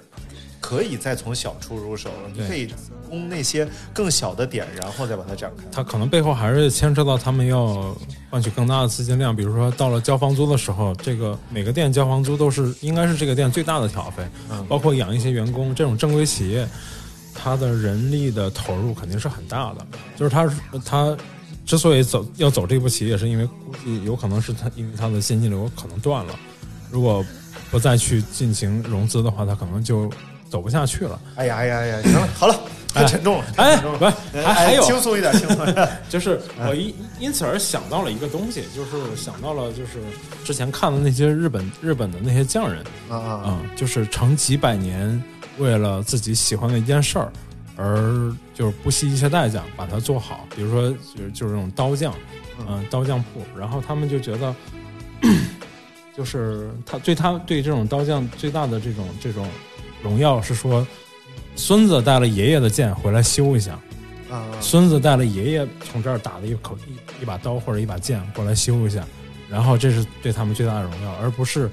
Speaker 10: 可以再从小处入手了，你
Speaker 11: 对
Speaker 10: 可以攻那些更小的点，然后再把它展开。
Speaker 11: 他可能背后还是牵扯到他们要换取更大的资金量，比如说到了交房租的时候，这个每个店交房租都是应该是这个店最大的挑费，包括养一些员工，这种正规企业，它的人力的投入肯定是很大的，就是他他之所以走要走这步棋，也是因为估计有可能是它因为它的现金流可能断了，如果不再去进行融资的话，它可能就走不下去了。
Speaker 10: 哎呀哎呀哎呀，行了，好了，太沉重了，太
Speaker 11: 哎
Speaker 10: 沉重，
Speaker 11: 不
Speaker 10: 了
Speaker 11: 是，还还有
Speaker 10: 哎轻松一点，轻 松一点。
Speaker 11: 就是
Speaker 10: 哎
Speaker 11: 我因因此而想到了一个东西，就是想到了就是之前看的那些日本日本的那些匠人
Speaker 10: 啊啊！
Speaker 11: 啊、就是成几百年为了自己喜欢的一件事儿，而就是不惜一切代价把它做好。比如说就是就是那种刀匠，嗯、刀匠铺，然后他们就觉得。 就是他对他对这种刀匠最大的这种这种荣耀是说，孙子带了爷爷的剑回来修一下，
Speaker 10: 啊啊
Speaker 11: 孙子带了爷爷从这儿打的一口一一把刀或者一把剑过来修一下，然后这是对他们最大的荣耀，而不是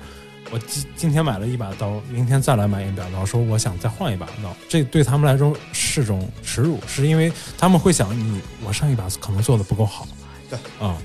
Speaker 11: 我今今天买了一把刀，明天再来买一把刀，说我想再换一把刀，这对他们来说是种耻辱，是因为他们会想你我上一把可能做的不够好，
Speaker 10: 对
Speaker 11: 啊、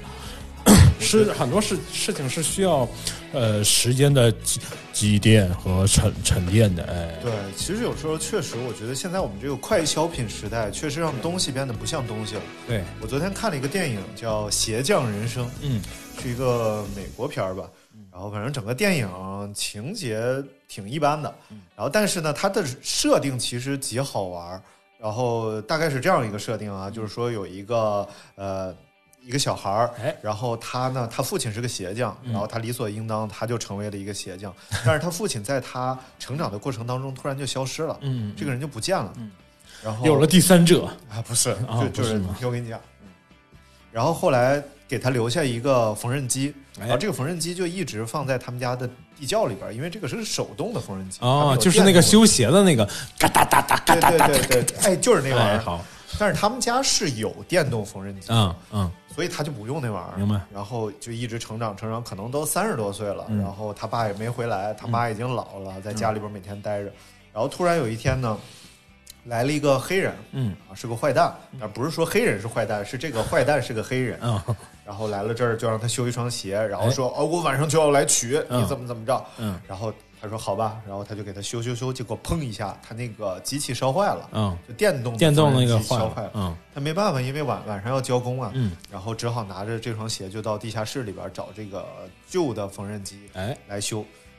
Speaker 11: 是很多事事情是需要，呃，时间的积积淀和沉沉淀的，哎，
Speaker 10: 对，其实有时候确实，我觉得现在我们这个快消品时代，确实让东西变得不像东西了。
Speaker 11: 对，
Speaker 10: 我昨天看了一个电影叫《鞋匠人生》，
Speaker 11: 嗯，
Speaker 10: 是一个美国片儿吧。然后反正整个电影情节挺一般的，
Speaker 11: 嗯
Speaker 10: 然后但是呢，它的设定其实极好玩儿。然后大概是这样一个设定啊，就是说有一个呃一个小孩儿
Speaker 11: 哎，
Speaker 10: 然后他呢，他父亲是个鞋匠，
Speaker 11: 嗯
Speaker 10: 然后他理所应当他就成为了一个鞋匠， 但是他父亲在他成长的过程当中突然就消失了，
Speaker 11: 嗯
Speaker 10: 这个人就不见了，然后
Speaker 11: 有了第三者，
Speaker 10: 啊，不是，
Speaker 11: 啊
Speaker 10: 就
Speaker 11: 不
Speaker 10: 就是是
Speaker 11: 吗
Speaker 10: 听我跟你讲，然后后来给他留下一个缝纫机，
Speaker 11: 哎
Speaker 10: 然后这个缝纫机就一直放在他们家的地窖里边儿，因为这个是手动的缝纫机他们
Speaker 11: 哦，
Speaker 10: 有
Speaker 11: 就是那
Speaker 10: 电
Speaker 11: 个
Speaker 10: 动的
Speaker 11: 修鞋的那个，嘎哒哒哒嘎
Speaker 10: 对
Speaker 11: 哒
Speaker 10: 对
Speaker 11: 哒哒，
Speaker 10: 对对，对哎，就是那玩意
Speaker 11: 哎，
Speaker 10: 儿。
Speaker 11: 好，
Speaker 10: 但是他们家是有电动缝纫机，
Speaker 11: 嗯嗯，
Speaker 10: 所以他就不用那玩意儿，
Speaker 11: 明白
Speaker 10: 然后就一直成长成长，可能都三十多岁了，
Speaker 11: 嗯
Speaker 10: 然后他爸也没回来，他妈已经老了，在家里边每天待着，然后突然有一天呢，来了一个黑人，
Speaker 11: 嗯
Speaker 10: 啊，是个坏蛋，啊，不是说黑人是坏蛋，是这个坏蛋是个黑人，
Speaker 11: 嗯哎
Speaker 10: 然后来了这儿就让他修一双鞋，然后说、哦，我晚上就要来取，
Speaker 11: 嗯
Speaker 10: 你怎么怎么着，
Speaker 11: 嗯
Speaker 10: 然后他说好吧，然后他就给他修修修，结果砰一下，他那个机器烧坏了，
Speaker 11: 嗯，
Speaker 10: 就电动的
Speaker 11: 电动那个
Speaker 10: 缝纫机
Speaker 11: 坏
Speaker 10: 烧
Speaker 11: 了
Speaker 10: 坏了，
Speaker 11: 嗯
Speaker 10: 他没办法，因为晚晚上要交工啊，
Speaker 11: 嗯，
Speaker 10: 然后只好拿着这双鞋就到地下室里边找这个旧的缝纫机
Speaker 11: 哎，
Speaker 10: 来修，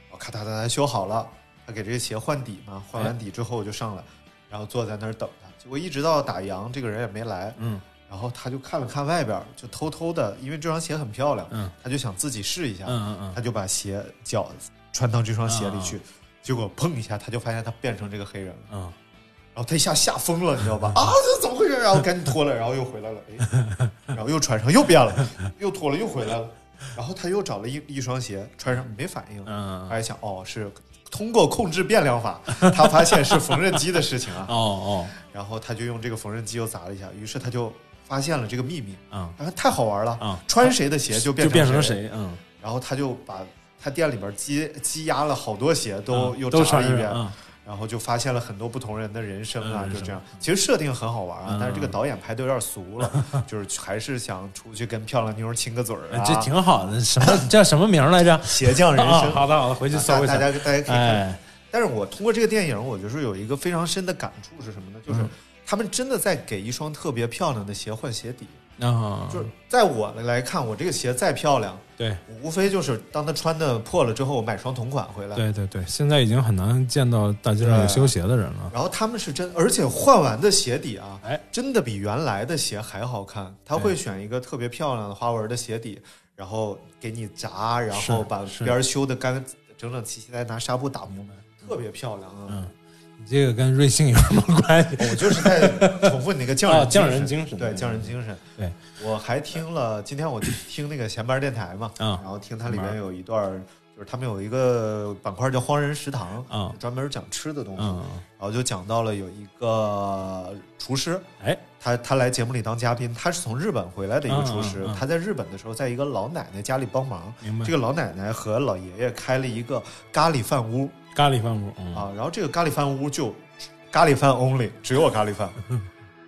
Speaker 10: 然后咔嗒嗒嗒修好了，他给这个鞋换底嘛，换完底之后我就上来，然后坐在那儿等他，结果一直到打烊，这个人也没来，
Speaker 11: 嗯，
Speaker 10: 然后他就看了看外边，就偷偷的，因为这双鞋很漂亮，
Speaker 11: 嗯，
Speaker 10: 他就想自己试一下，
Speaker 11: 嗯嗯啊
Speaker 10: 他就把鞋脚穿到这双鞋里去，结果砰一下，他就发现他变成这个黑人了。
Speaker 11: 嗯嗯，
Speaker 10: 然后他一下吓疯了，你知 道吧？啊，这怎么回事？然后赶紧脱了，然后又回来了，哎，然后又穿上，又变了，又脱了，又回来了。然后他又找了一一双鞋穿上，没反应。
Speaker 11: 嗯
Speaker 10: 他还想，哦，是通过控制变量 法，他发现是缝纫机的事情啊。
Speaker 11: 哦
Speaker 10: 然后他就用这个缝纫机又砸了一下，于是他就发现了这个秘密。
Speaker 11: 哦，嗯，
Speaker 10: 啊，太好玩了！
Speaker 11: 啊
Speaker 10: 穿谁的鞋就变
Speaker 11: 就变
Speaker 10: 成
Speaker 11: 成谁？嗯，
Speaker 10: 然后他就把他店里边积积压了好多鞋都
Speaker 11: 嗯
Speaker 10: 又
Speaker 11: 都
Speaker 10: 查
Speaker 11: 穿
Speaker 10: 了一遍，
Speaker 11: 嗯
Speaker 10: 然后就发现了很多不同人的人生啊，
Speaker 11: 嗯人
Speaker 10: 就
Speaker 11: 生
Speaker 10: 这样。其实设定很好玩啊
Speaker 11: 嗯，
Speaker 10: 但是这个导演拍的有点俗 了，就是还是想出去跟漂亮妞儿亲个嘴儿啊。
Speaker 11: 哎这挺好的，什么叫什么名儿来着？
Speaker 10: 鞋匠人
Speaker 11: 啊，
Speaker 10: 生，
Speaker 11: 好的好的，回去搜一
Speaker 10: 大
Speaker 11: 下，
Speaker 10: 家大家大家可以看。
Speaker 11: 哎，
Speaker 10: 但是我通过这个电影，我就是有一个非常深的感触是什么呢？
Speaker 11: 嗯
Speaker 10: 就是他们真的在给一双特别漂亮的鞋换鞋底。
Speaker 11: 啊，
Speaker 10: 就是在我来看，我这个鞋再漂亮，
Speaker 11: 对。
Speaker 10: 我无非就是当它穿的破了之后，我买双同款回来。
Speaker 11: 对对对，现在已经很难见到大街上
Speaker 10: 啊
Speaker 11: 有修鞋的人了。
Speaker 10: 然后他们是真，而且换完的鞋底啊，
Speaker 11: 哎
Speaker 10: 真的比原来的鞋还好看。他会选一个特别漂亮的花纹的鞋底，然后给你扎，然后
Speaker 11: 是
Speaker 10: 把
Speaker 11: 是
Speaker 10: 边儿修的干整整齐齐，再拿纱布打磨，特别漂亮啊！
Speaker 11: 嗯你这个跟瑞幸有什么关系？
Speaker 10: 我就是在重复你那个匠
Speaker 11: 啊
Speaker 10: 人
Speaker 11: 匠人精神
Speaker 10: 对
Speaker 11: 嗯
Speaker 10: 匠人精神。
Speaker 11: 对，
Speaker 10: 我还听了，今天我去听那个闲班电台嘛，
Speaker 11: 啊
Speaker 10: 然后听它里面有一段儿，就是他们有一个板块叫“荒人食堂”，
Speaker 11: 啊
Speaker 10: 专门讲吃的东西，
Speaker 11: 嗯，
Speaker 10: 然后就讲到了有一个厨师，
Speaker 11: 哎，
Speaker 10: 他他来节目里当嘉宾，他是从日本回来的一个厨师。
Speaker 11: 嗯嗯嗯
Speaker 10: 他在日本的时候，在一个老奶奶家里帮忙。
Speaker 11: 明白
Speaker 10: 这个老奶奶和老爷爷开了一个咖喱饭屋
Speaker 11: 咖喱饭屋，嗯
Speaker 10: 啊，然后这个咖喱饭屋就咖喱饭 only，只有咖喱饭，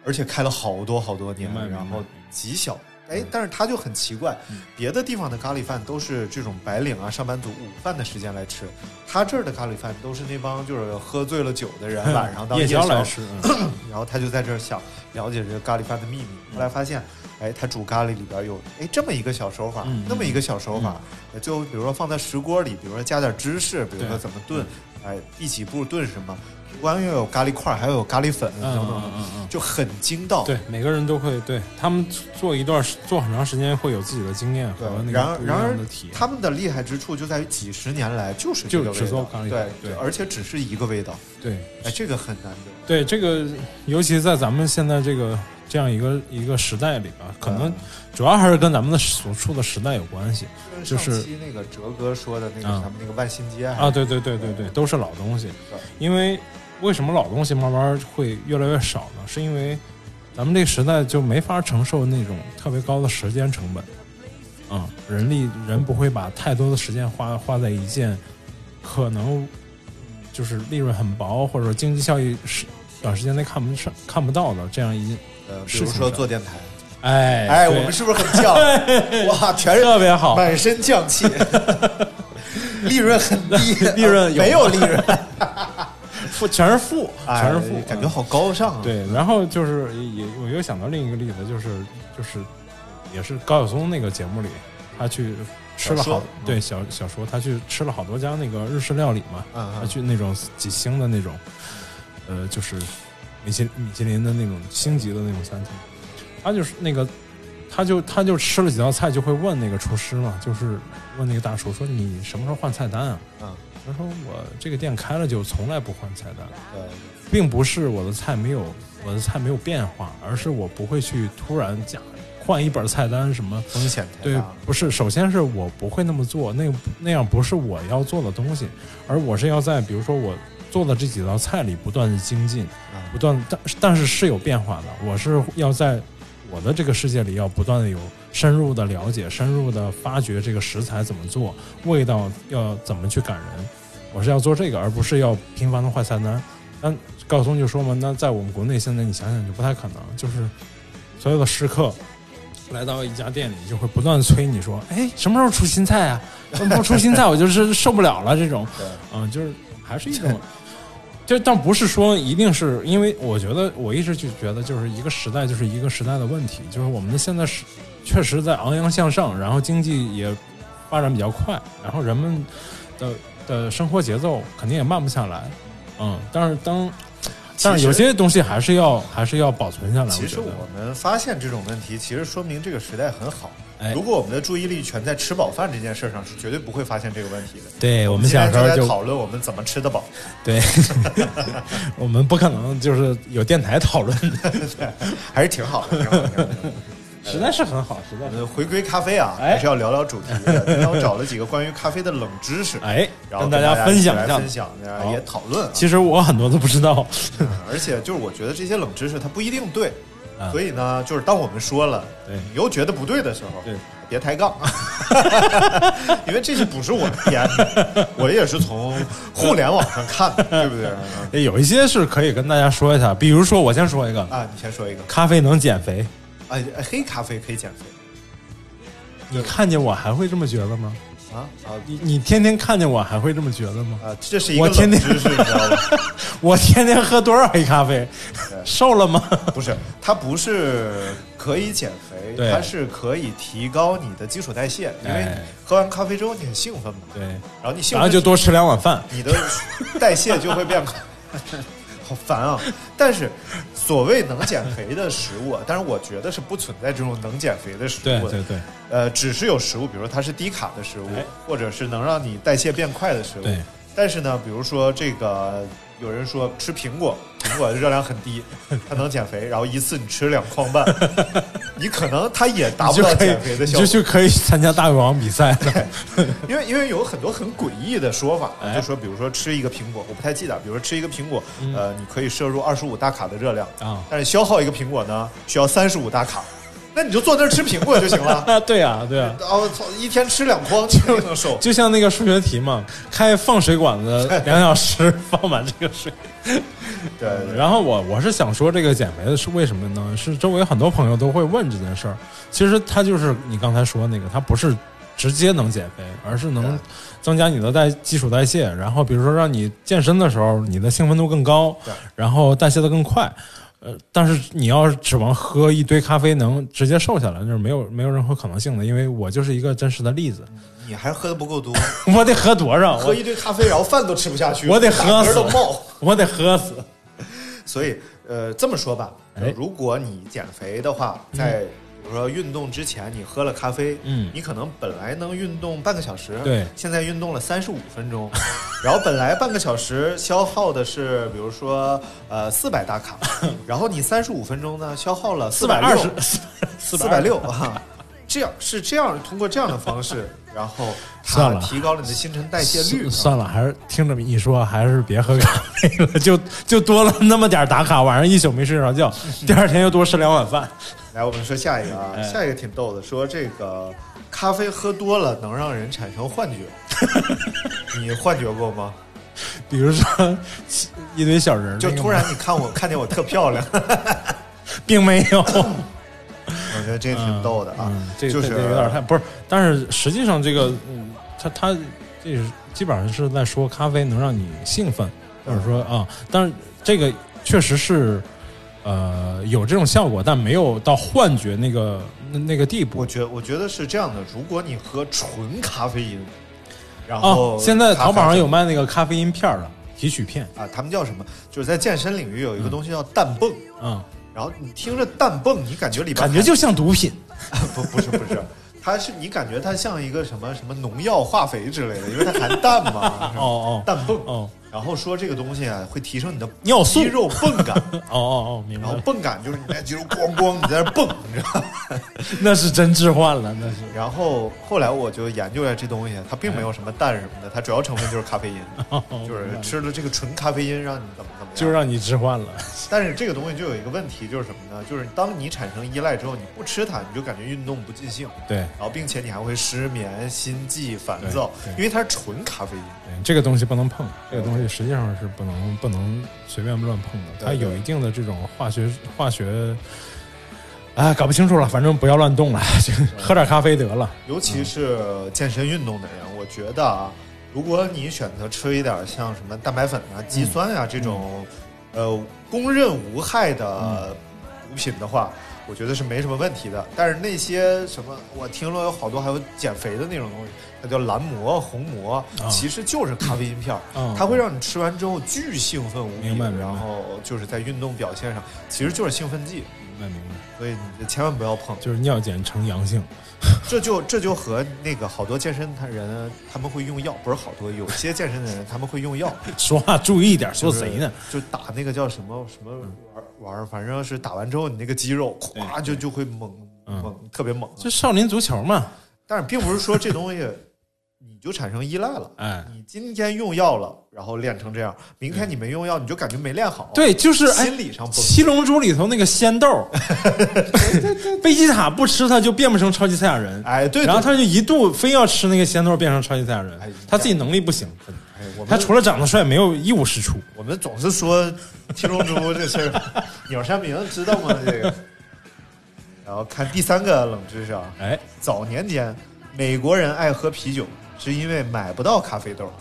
Speaker 10: 而且开了好多好多年
Speaker 11: 明白，明白嗯
Speaker 10: 然后极小，哎，但是它就很奇怪，别的地方的咖喱饭都是这种白领啊、上班族午饭的时间来吃，他这儿的咖喱饭都是那帮就是喝醉了酒的人 晚上到
Speaker 11: 夜
Speaker 10: 宵
Speaker 11: 宵来吃，嗯
Speaker 10: 然后他就在这儿想了解这个咖喱饭的秘密，
Speaker 11: 嗯
Speaker 10: 后来发现，哎，他煮咖喱里边有哎这么一个小手法，
Speaker 11: 嗯
Speaker 10: 那么一个小手法，呃最后比如说放在石锅里，比如说加点芝士，比如说
Speaker 11: 对
Speaker 10: 怎么炖，哎，一起步炖什么，不光又有咖喱块儿，还有咖喱粉等
Speaker 11: 嗯
Speaker 10: 等
Speaker 11: 嗯
Speaker 10: 等，
Speaker 11: 嗯嗯，
Speaker 10: 就很精到。
Speaker 11: 对，每个人都会对他们做一段时做很长时间会有自己的经验
Speaker 10: 对
Speaker 11: 和那
Speaker 10: 然
Speaker 11: 个
Speaker 10: 而
Speaker 11: 不一
Speaker 10: 然而
Speaker 11: 样的体验。
Speaker 10: 他们的厉害之处就在于几十年来就是
Speaker 11: 就
Speaker 10: 这个
Speaker 11: 只
Speaker 10: 味
Speaker 11: 做
Speaker 10: 道
Speaker 11: 咖喱，
Speaker 10: 对
Speaker 11: 粉对
Speaker 10: 而且只是一个味道，
Speaker 11: 对
Speaker 10: 哎，这个很难得。
Speaker 11: 对，这个尤其在咱们现在这个这样一个一个时代里吧，可能
Speaker 10: 嗯
Speaker 11: 主要还是跟咱们的所处的时代有关系就是
Speaker 10: 上期那个哲哥说的那个
Speaker 11: 啊
Speaker 10: 咱们那个万新街还是
Speaker 11: 啊。对对对对对，都是老东西
Speaker 10: 对。
Speaker 11: 因为为什么老东西慢慢会越来越少呢？是因为咱们这个时代就没法承受那种特别高的时间成本啊、人力人不会把太多的时间花花在一件可能嗯就是利润很薄或者说经济效益是短时间内看不上看不到的这样一件。
Speaker 10: 呃，比
Speaker 11: 事
Speaker 10: 如
Speaker 11: 情
Speaker 10: 说
Speaker 11: 上
Speaker 10: 做电台，
Speaker 11: 哎
Speaker 10: 哎，
Speaker 11: 对
Speaker 10: 我们是不是很犟？哇，全是
Speaker 11: 特别好，
Speaker 10: 满身犟 气，利润很低，
Speaker 11: 利润有
Speaker 10: 没有利润，
Speaker 11: 负全是负，全是负
Speaker 10: 哎，感觉好高尚啊。
Speaker 11: 嗯。对，然后就是也也我又想到另一个例子，就是就是也是高晓松那个节目里，他去吃了
Speaker 10: 小说嗯
Speaker 11: 好对小小说，他去吃了好多家那个日式料理嘛，
Speaker 10: 嗯，
Speaker 11: 他
Speaker 10: 嗯
Speaker 11: 去那种几星的那种，呃，就是米其米其林的那种星级的那种餐厅，他就是那个，他就他就吃了几道菜，就会问那个厨师嘛，就是问那个大厨说你什么时候换菜单啊？
Speaker 10: 嗯，
Speaker 11: 他说我这个店开了就从来不换菜单，
Speaker 10: 对
Speaker 11: 并不是我的菜没有我的菜没有变化，而是我不会去突然加换一本菜单什么。
Speaker 10: 风险太
Speaker 11: 对
Speaker 10: 大了，。
Speaker 11: 不是，首先是我不会那么做，那个那样不是我要做的东西，而我是要在比如说我做的这几道菜里不断的精进，
Speaker 10: 嗯
Speaker 11: 不断但但是是有变化的，我是要在我的这个世界里要不断的有深入的了解，深入的发掘这个食材怎么做，味道要怎么去感人，我是要做这个，而不是要频繁的换菜单。那高晓松就说嘛，那在我们国内现在你想想就不太可能，就是所有的食客来到一家店里，就会不断地催你说：“哎，什么时候出新菜 啊？什么时候出新菜？我就是受不了了。”这种，嗯、就是还是一种， 就但不是说一定是因为我觉得我一直就觉得，就是一个时代就是一个时代的问题，就是我们的现在是确实在昂扬向上，然后经济也发展比较快，然后人们的呃的生活节奏肯定也慢不下来，嗯，但是当但是有些东西还是要还是要保存下来，
Speaker 10: 其实
Speaker 11: 我觉得
Speaker 10: 我们发现这种问题，其实说明这个时代很好。
Speaker 11: 哎
Speaker 10: 如果我们的注意力全在吃饱饭这件事上，是绝对不会发现这个问题的。
Speaker 11: 对我们
Speaker 10: 今
Speaker 11: 小
Speaker 10: 天
Speaker 11: 时候
Speaker 10: 在
Speaker 11: 就
Speaker 10: 讨论我们怎么吃得饱，
Speaker 11: 对， 我们不可能就是有电台讨论，
Speaker 10: 还是挺好的。挺好的挺好的
Speaker 11: 实在是很好，实在是。
Speaker 10: 呃，回归咖啡啊，
Speaker 11: 哎
Speaker 10: 还是要聊聊主题的。今天我找了几个关于咖啡的冷知识，
Speaker 11: 哎
Speaker 10: 然后
Speaker 11: 跟大家
Speaker 10: 一起
Speaker 11: 分享
Speaker 10: 来
Speaker 11: 一下
Speaker 10: 分享，然后
Speaker 11: 好
Speaker 10: 也讨论啊。
Speaker 11: 其实我很多都不 知道，
Speaker 10: 嗯而且就是我觉得这些冷知识它不一定对，
Speaker 11: 嗯
Speaker 10: 所以呢，就是当我们说了，
Speaker 11: 对
Speaker 10: 你又觉得不对的时候，
Speaker 11: 对
Speaker 10: 别抬杠，啊 因为这些不是我编的，我也是从互联网上看的，对不对？嗯
Speaker 11: 哎有一些是可以跟大家说一下，比如说我先说一个，
Speaker 10: 啊，你先说一个，
Speaker 11: 咖啡能减肥。
Speaker 10: 哎，哎黑咖啡可以减肥
Speaker 11: 你看见我还会这么觉得吗？
Speaker 10: 啊啊
Speaker 11: 你你天天看见我还会这么觉得吗？
Speaker 10: 啊，这是一个
Speaker 11: 我天
Speaker 10: 冷
Speaker 11: 天
Speaker 10: 知识，你知道吗？
Speaker 11: 我天天喝多少黑咖啡，瘦了吗？
Speaker 10: 不是，它不是可以减肥，
Speaker 11: 对
Speaker 10: 它是可以提高你的基础代谢，因为
Speaker 11: 哎
Speaker 10: 喝完咖啡之后你很兴奋嘛，
Speaker 11: 对，
Speaker 10: 然后你兴奋
Speaker 11: 然后就多吃两碗饭。
Speaker 10: 你的代谢就会变 快。好烦啊！但是所谓能减肥的食物啊，但是我觉得是不存在这种能减肥的食
Speaker 11: 对
Speaker 10: 物的。
Speaker 11: 对对
Speaker 10: 呃，只是有食物，比如说它是低卡的食物
Speaker 11: 哎，
Speaker 10: 或者是能让你代谢变快的食物。
Speaker 11: 对。
Speaker 10: 但是呢，比如说这个，有人说吃苹果，苹果的热量很低，它能减肥，然后一次你吃两筐 半，你可能它也达
Speaker 11: 你
Speaker 10: 不
Speaker 11: 就
Speaker 10: 到
Speaker 11: 可以
Speaker 10: 减肥的
Speaker 11: 你
Speaker 10: 效果
Speaker 11: 就。去可以参加大胃王比赛了。
Speaker 10: 因为因为有很多很诡异的说法，
Speaker 11: 哎嗯
Speaker 10: 就说比如说吃一个苹果，我不太记得，啊比如说吃一个苹果，呃，你可以摄入二十五大卡的热量
Speaker 11: 啊
Speaker 10: 但是消耗一个苹果呢，需要三十五大卡。那你就坐那儿吃苹果 就行了。
Speaker 11: 啊， 对啊，对啊，
Speaker 10: 哦，操，一天吃两筐，这就能瘦。
Speaker 11: 就像那个数学题嘛，开放水 管子两小时放满这个水。
Speaker 10: 对对对
Speaker 11: 然后我我是想说，这个减肥的是为什么呢？是周围很多朋友都会问这件事儿。其实它就是你刚才说那个，它不是直接能减肥，而是能增加你的代基础代谢。然后比如说让你健身的时候，你的兴奋度更高
Speaker 10: 对，
Speaker 11: 然后代谢的更快。呃，但是你要是指望喝一堆咖啡能直接瘦下来，那是没有没有任何可能性的。因为我就是一个真实的例子，
Speaker 10: 你还喝的不够多，
Speaker 11: 我得喝多少？
Speaker 10: 喝
Speaker 11: 我
Speaker 10: 一堆咖啡，然后饭都吃不下去，
Speaker 11: 我得
Speaker 10: 打
Speaker 11: 喝
Speaker 10: 嗝
Speaker 11: 死
Speaker 10: 都冒。
Speaker 11: 我得喝死。
Speaker 10: 所以，呃，这么说吧，
Speaker 11: 哎
Speaker 10: 如果你减肥的话，在比如说运动之前，你喝了咖啡，
Speaker 11: 嗯
Speaker 10: 你可能本来能运动半个小时，
Speaker 11: 对
Speaker 10: 现在运动了三十五分钟， 然后本来半个小时消耗的是，比如说呃四百大 卡，然后你三十五分钟呢消耗了
Speaker 11: 四
Speaker 10: 四
Speaker 11: 百二
Speaker 10: 六
Speaker 11: 十，四
Speaker 10: 四百六啊，这样是这样通过这样的方式，然后它
Speaker 11: 算了
Speaker 10: 提高了你的新陈代谢率，啊
Speaker 11: 算了，还是听这么一说，还是别喝咖啡了， 就就多了那么点儿打卡，晚上一宿没睡着觉，
Speaker 10: 嗯
Speaker 11: 第二天又多吃两碗饭。
Speaker 10: 来，我们说下一个啊，
Speaker 11: 哎
Speaker 10: 下一个挺逗的，说这个咖啡喝多了能让人产生幻觉， 你幻觉过吗？
Speaker 11: 比如说一堆小人儿，
Speaker 10: 就
Speaker 11: 那个
Speaker 10: 突然你看我看见我特漂 亮，
Speaker 11: 并没有，
Speaker 10: 我觉得这个挺逗的啊
Speaker 11: 嗯，这个
Speaker 10: 就
Speaker 11: 这
Speaker 10: 是
Speaker 11: 个有点太不是，但是实际上这个，嗯，他他这是基本上是在说咖啡能让你兴奋，或者说
Speaker 10: 嗯
Speaker 11: 啊，但是这个确实是。呃，有这种效果，但没有到幻觉那个那那个地步。
Speaker 10: 我觉我觉得是这样的，如果你喝纯咖啡因，然
Speaker 11: 哦
Speaker 10: 后，
Speaker 11: 现在淘宝上有
Speaker 10: 咖啡
Speaker 11: 卖那个咖啡因片儿了，提取片。
Speaker 10: 啊，他们叫什么？就是在健身领域有一个东西叫氮泵，
Speaker 11: 嗯，
Speaker 10: 然后你听着氮泵，你感觉里边
Speaker 11: 感觉就像毒品。
Speaker 10: 不不是不是，它是你感觉它像一个什么什么农药、化肥之类的，因为它含氮嘛，是吧
Speaker 11: 哦 哦
Speaker 10: 氮泵。
Speaker 11: 哦
Speaker 10: 然后说这个东西啊，会提升你的
Speaker 11: 尿素
Speaker 10: 肌肉泵 感，
Speaker 11: 哦哦哦，明白
Speaker 10: 然后
Speaker 11: 了，
Speaker 10: 泵感就是你那肌肉咣咣你在那蹦，你知道吗？
Speaker 11: 那是真置换了，那是。
Speaker 10: 然后后来我就研究了这东西，它并没有什么氮什么的，它主要成分就是咖啡因，
Speaker 11: 哦哦
Speaker 10: 就是
Speaker 11: 明白了
Speaker 10: 吃了这个纯咖啡因让你怎么怎么样。
Speaker 11: 就让你置换了。
Speaker 10: 但是这个东西就有一个问题，就是什么呢？就是当你产生依赖之后，你不吃它，你就感觉运动不尽兴。
Speaker 11: 对，
Speaker 10: 然后并且你还会失眠、心悸、烦躁，
Speaker 11: 对对
Speaker 10: 因为它是纯咖啡因。
Speaker 11: 对这个东西不能碰，这个东西实际上是不能不能随便乱碰的，它
Speaker 10: 对对
Speaker 11: 有一定的这种化学化学。哎，搞不清楚了，反正不要乱动了，就喝点咖啡得了。
Speaker 10: 尤其是健身运动的人，我觉得啊，如果你选择吃一点像什么蛋白粉啊、肌酸啊这种，
Speaker 11: 嗯
Speaker 10: 呃，公认无害的毒品的话，我觉得是没什么问题的。但是那些什么，我听说有好多还有减肥的那种东西，它叫蓝魔、红魔，其实就是咖啡因片儿，
Speaker 11: 啊嗯
Speaker 10: 它会让你吃完之后巨兴奋无比，
Speaker 11: 明白明白
Speaker 10: 然后就是在运动表现上，其实就是兴奋剂。
Speaker 11: 明白明白，
Speaker 10: 所以你千万不要碰，
Speaker 11: 就是尿检呈阳性。
Speaker 10: 这就这就和那个好多健身他人他们会用药，不是好多，有些健身的人他们会用 药，
Speaker 11: 说话注意点，说
Speaker 10: 就是
Speaker 11: 谁呢？？嗯
Speaker 10: 就打那个叫什么什么玩玩意儿，反正是打完之后你那个肌肉咵就就会猛
Speaker 11: 嗯
Speaker 10: 猛特别猛，
Speaker 11: 就少林足球嘛。
Speaker 10: 但是并不是说这东西你就产生依赖了。
Speaker 11: 哎，
Speaker 10: 你今天用药了，然后练成这样，明天你没用药，你就感觉没练好。
Speaker 11: 对，就是哎
Speaker 10: 心理上崩
Speaker 11: 七龙珠》里头那个仙豆， 贝吉塔不吃它就变不成超级赛亚人，
Speaker 10: 哎对对
Speaker 11: 然后他就一度非要吃那个仙豆变成超级赛亚人
Speaker 10: 哎，
Speaker 11: 他自己能力不行，
Speaker 10: 哎我们
Speaker 11: 他除了长得帅没有一无是处。
Speaker 10: 我们总是说七龙珠这事儿， 鸟山明知道吗？这个。然后看第三个冷知识啊，
Speaker 11: 哎，
Speaker 10: 早年间美国人爱喝啤酒，是因为买不到咖啡豆。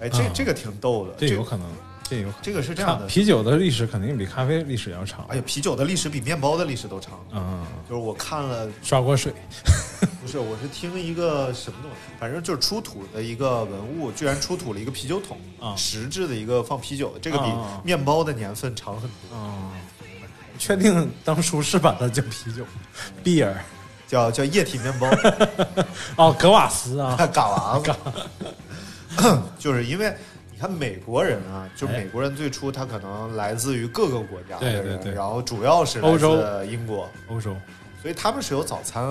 Speaker 10: 哎，这、
Speaker 11: 啊
Speaker 10: 这个挺逗的，
Speaker 11: 这有可能，这有可能
Speaker 10: 这个是这样的
Speaker 11: 看。啤酒的历史肯定比咖啡历史要长。
Speaker 10: 哎呀，啤酒的历史比面包的历史都长。
Speaker 11: 嗯，
Speaker 10: 就是我看了，
Speaker 11: 刷锅水，
Speaker 10: 不是，我是听一个什么东西，反正就是出土的一个文物，居然出土了一个啤酒桶，
Speaker 11: 啊
Speaker 10: 实质的一个放啤酒的，这个比
Speaker 11: 啊啊啊
Speaker 10: 面包的年份长很多。
Speaker 11: 嗯，确定当初是把它叫 啤酒，碧尔，
Speaker 10: 叫叫液体面包，
Speaker 11: 哦，格瓦斯啊，
Speaker 10: 嘎娃子， 就是因为你看美国人啊，就美国人最初他可能来自于各个国家的人，
Speaker 11: 哎对对对
Speaker 10: 然后主要是来自
Speaker 11: 欧洲
Speaker 10: 英国，
Speaker 11: 欧洲，
Speaker 10: 所以他们是有早餐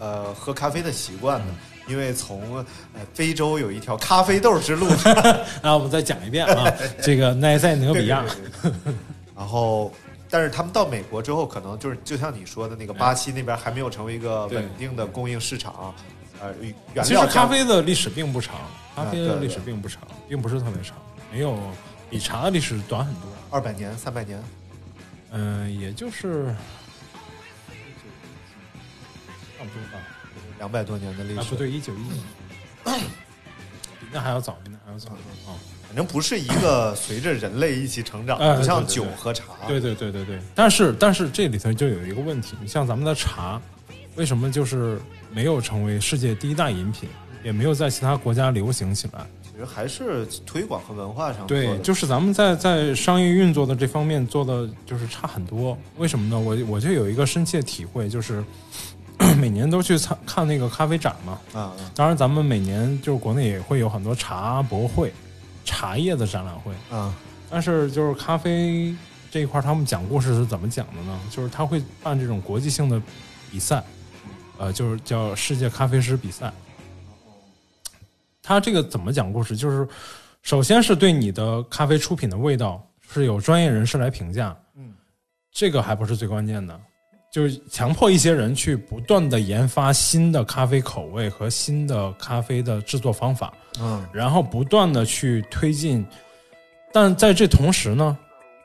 Speaker 10: 呃喝咖啡的习惯的。
Speaker 11: 嗯
Speaker 10: 因为从呃非洲有一条咖啡豆之路， 哎
Speaker 11: 啊，我们再讲一遍啊，这个奈塞俄比亚
Speaker 10: 对对对对然后但是他们到美国之后，可能就是就像你说的那个巴西那边还没有成为一个
Speaker 11: 对
Speaker 10: 稳定的供应市场，呃，原
Speaker 11: 其实
Speaker 10: 料
Speaker 11: 咖
Speaker 10: 价
Speaker 11: 啡的历史并不长，咖啡
Speaker 10: 啊对
Speaker 11: 的
Speaker 10: 对
Speaker 11: 历史并不长，并不是特别长，没有比茶的历史短很多。
Speaker 10: 二百年、三百年，
Speaker 11: 嗯、也就是差不多吧。
Speaker 10: 两百多年的历
Speaker 11: 啊，
Speaker 10: 史
Speaker 11: 不，对，一九一九，比那还要早，比那还要早啊！
Speaker 10: 反正不是一个随着人类一起成长，
Speaker 11: 哎
Speaker 10: 不像
Speaker 11: 对对
Speaker 10: 酒
Speaker 11: 对
Speaker 10: 和茶。
Speaker 11: 对对对对对，但是但是这里头就有一个问题，你像咱们的茶，为什么就是没有成为世界第一大饮品，也没有在其他国家流行起来？
Speaker 10: 其实还是推广和文化上做
Speaker 11: 对
Speaker 10: 的，
Speaker 11: 就是咱们在在商业运作的这方面做的就是差很多。为什么呢？我我就有一个深切体会，就是 每年都去参看那个咖啡展嘛。
Speaker 10: 啊，啊
Speaker 11: 当然，咱们每年就是国内也会有很多茶博会、茶叶的展览会，
Speaker 10: 啊，
Speaker 11: 但是就是咖啡这一块儿，他们讲故事是怎么讲的呢？就是他会办这种国际性的比赛，呃，就是叫世界咖啡师比赛。他这个怎么讲故事？就是首先是对你的咖啡出品的味道是有专业人士来评价，
Speaker 10: 嗯，
Speaker 11: 这个还不是最关键的，就是强迫一些人去不断的研发新的咖啡口味和新的咖啡的制作方法，
Speaker 10: 嗯，
Speaker 11: 然后不断的去推进。但在这同时呢，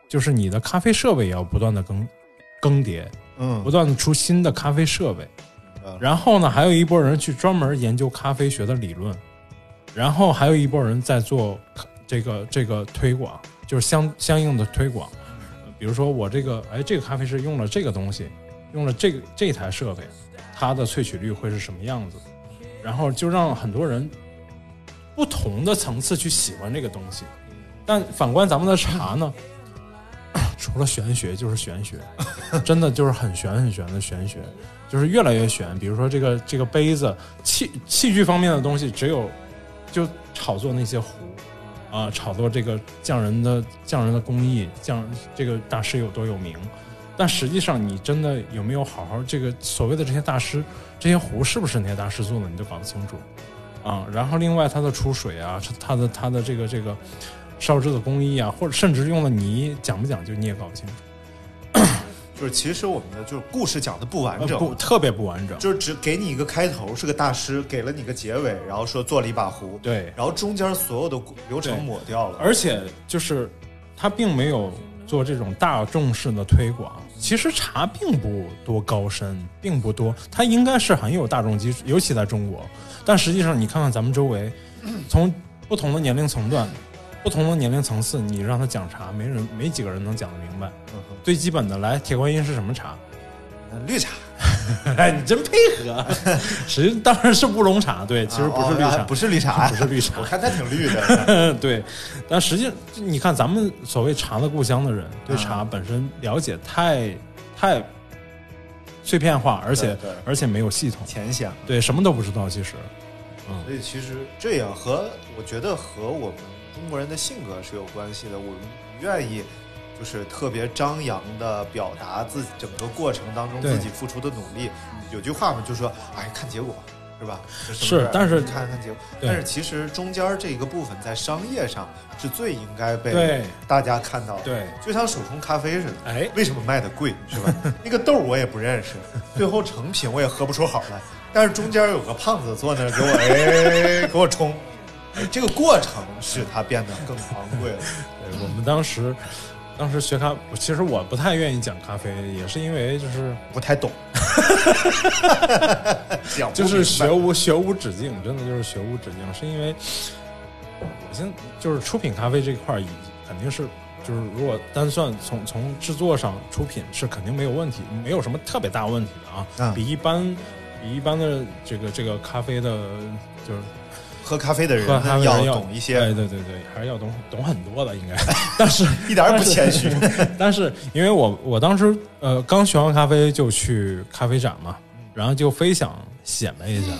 Speaker 11: 就是你的咖啡设备也要不断的更更迭，
Speaker 10: 嗯
Speaker 11: 不，断的出新的咖啡设备
Speaker 10: 白了。
Speaker 11: 然后呢，还有一波人去专门研究咖啡学的理论，然后还有一波人在做这个这个推广，就是相相应的推广。呃比如说我这个，哎，这个咖啡师用了这个东西，用了这个这台设备，它的萃取率会是什么样子？然后就让很多人不同的层次去喜欢这个东西。但反观咱们的茶呢， 除了玄学就是玄学，真的就是很玄很玄的玄学，就是越来越玄。比如说这个这个杯子器器具方面的东西，只有就炒作那些壶啊、炒作这个匠人的匠人的工艺，匠这个大师有多有名。但实际上，你真的有没有好好这个所谓的这些大师，这些壶是不是那些大师做的，你都搞不清楚啊。然后另外它的出水啊，它的它的这个这个烧制的工艺啊，或者甚至用的泥讲不讲究，你也搞不清楚。
Speaker 10: 就是其实我们的就是故事讲的不完
Speaker 11: 呃
Speaker 10: 整，
Speaker 11: 不特别不完整。
Speaker 10: 就是只给你一个开头是个大师，给了你个结尾，然后说做了一把壶，
Speaker 11: 对，
Speaker 10: 然后中间所有的过流程
Speaker 11: 对
Speaker 10: 抹掉了，
Speaker 11: 而且就是他并没有做这种大众式的推广。其实茶并不多高深，并不多，它应该是很有大众基础，尤其在中国。但实际上，你看看咱们周围，
Speaker 10: 嗯
Speaker 11: 从不同的年龄层段、不同的年龄层次，你让他讲茶，没人没几个人能讲得明白。
Speaker 10: 嗯哼
Speaker 11: 最基本的，来，铁观音是什 么茶？
Speaker 10: 呃绿茶
Speaker 11: 哎，你真配合。 实际当然是乌龙茶，对，其实不是绿
Speaker 10: 啊
Speaker 11: 茶，
Speaker 10: 哦不是绿茶，
Speaker 11: 不是绿茶
Speaker 10: 我看它挺绿 的，
Speaker 11: 对，但实际上你看，咱们所谓茶的故乡的人，
Speaker 10: 嗯
Speaker 11: 对茶本身了解太太碎片化，而且
Speaker 10: 对对
Speaker 11: 而且没有系统，
Speaker 10: 浅显。
Speaker 11: 对，什么都不知道。其实，嗯
Speaker 10: 所以其实这也和我觉得和我们中国人的性格是有关系的。我们不愿意就是特别张扬的表达自己整个过程当中
Speaker 11: 对嗯
Speaker 10: 自己付出的努力。有句话嘛，就说哎，看结果是吧？这什么
Speaker 11: 是
Speaker 10: 事儿
Speaker 11: 但是
Speaker 10: 看看结果。
Speaker 11: 对
Speaker 10: 但是其实中间儿这一个部分在商业上是最应该被
Speaker 11: 对
Speaker 10: 大家看到的。
Speaker 11: 对
Speaker 10: 就像手冲咖啡似的，
Speaker 11: 哎
Speaker 10: 为什么卖的贵是吧？ 那个豆儿我也不认 识，最后成品我也喝不出好来。但是中间有个胖子坐那儿给我哎给我冲，哎这个过程使它变得更昂贵 了。
Speaker 11: 对我们当时当时学咖，其实我不太愿意讲咖啡，也是因为就是
Speaker 10: 不太 懂，讲不
Speaker 11: 就是
Speaker 10: 明白
Speaker 11: 学无学无止境，真的就是学无止境，是因为我现在就是出品咖啡这块儿已，肯定是就是如果单算从从制作上出品是肯定没有问题，没有什么特别大问题的啊，
Speaker 10: 嗯
Speaker 11: 比一般比一般的这个这个咖啡的，就是
Speaker 10: 喝咖啡的人
Speaker 11: 喝咖啡的人哎
Speaker 10: 要懂一
Speaker 11: 对
Speaker 10: 些，
Speaker 11: 对对对，还是要懂懂很多的应该，但是
Speaker 10: 一点儿也不谦虚。
Speaker 11: 但是 因为我我当时呃刚学完咖啡就去咖啡展嘛，
Speaker 10: 嗯
Speaker 11: 然后就非想显摆一下，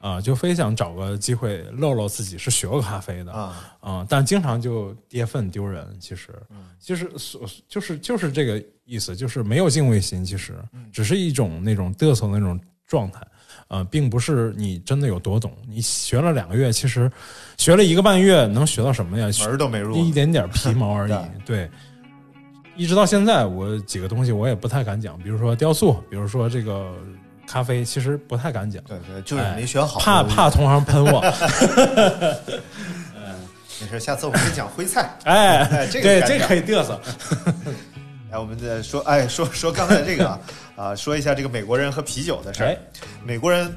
Speaker 11: 啊、就非想找个机会露露自己是学过咖啡的
Speaker 10: 啊
Speaker 11: 啊、但经常就跌份丢人。其实，其实所就是就是这个意思，就是没有敬畏心，其实只是一种那种嘚瑟的那种状态。啊，并不是你真的有多懂，你学了两个月，其实学了一个半月，能学到什么呀？
Speaker 10: 门儿都没入。
Speaker 11: 一点点皮毛而已对，一直到现在，我几个东西我也不太敢讲，比如说雕塑，比如说这个咖啡，其实不太敢讲。
Speaker 10: 对对，就是没选好，
Speaker 11: 哎怕怕同行喷 我。
Speaker 10: 没事，下次我们给你讲徽菜。
Speaker 11: 哎，
Speaker 10: 这个
Speaker 11: 对，
Speaker 10: 敢
Speaker 11: 这
Speaker 10: 讲
Speaker 11: 可以嘚瑟。
Speaker 10: 哎，我们再说，哎，说说刚才这个啊，啊，说一下这个美国人和啤酒的事儿。
Speaker 11: 哎
Speaker 10: 美国人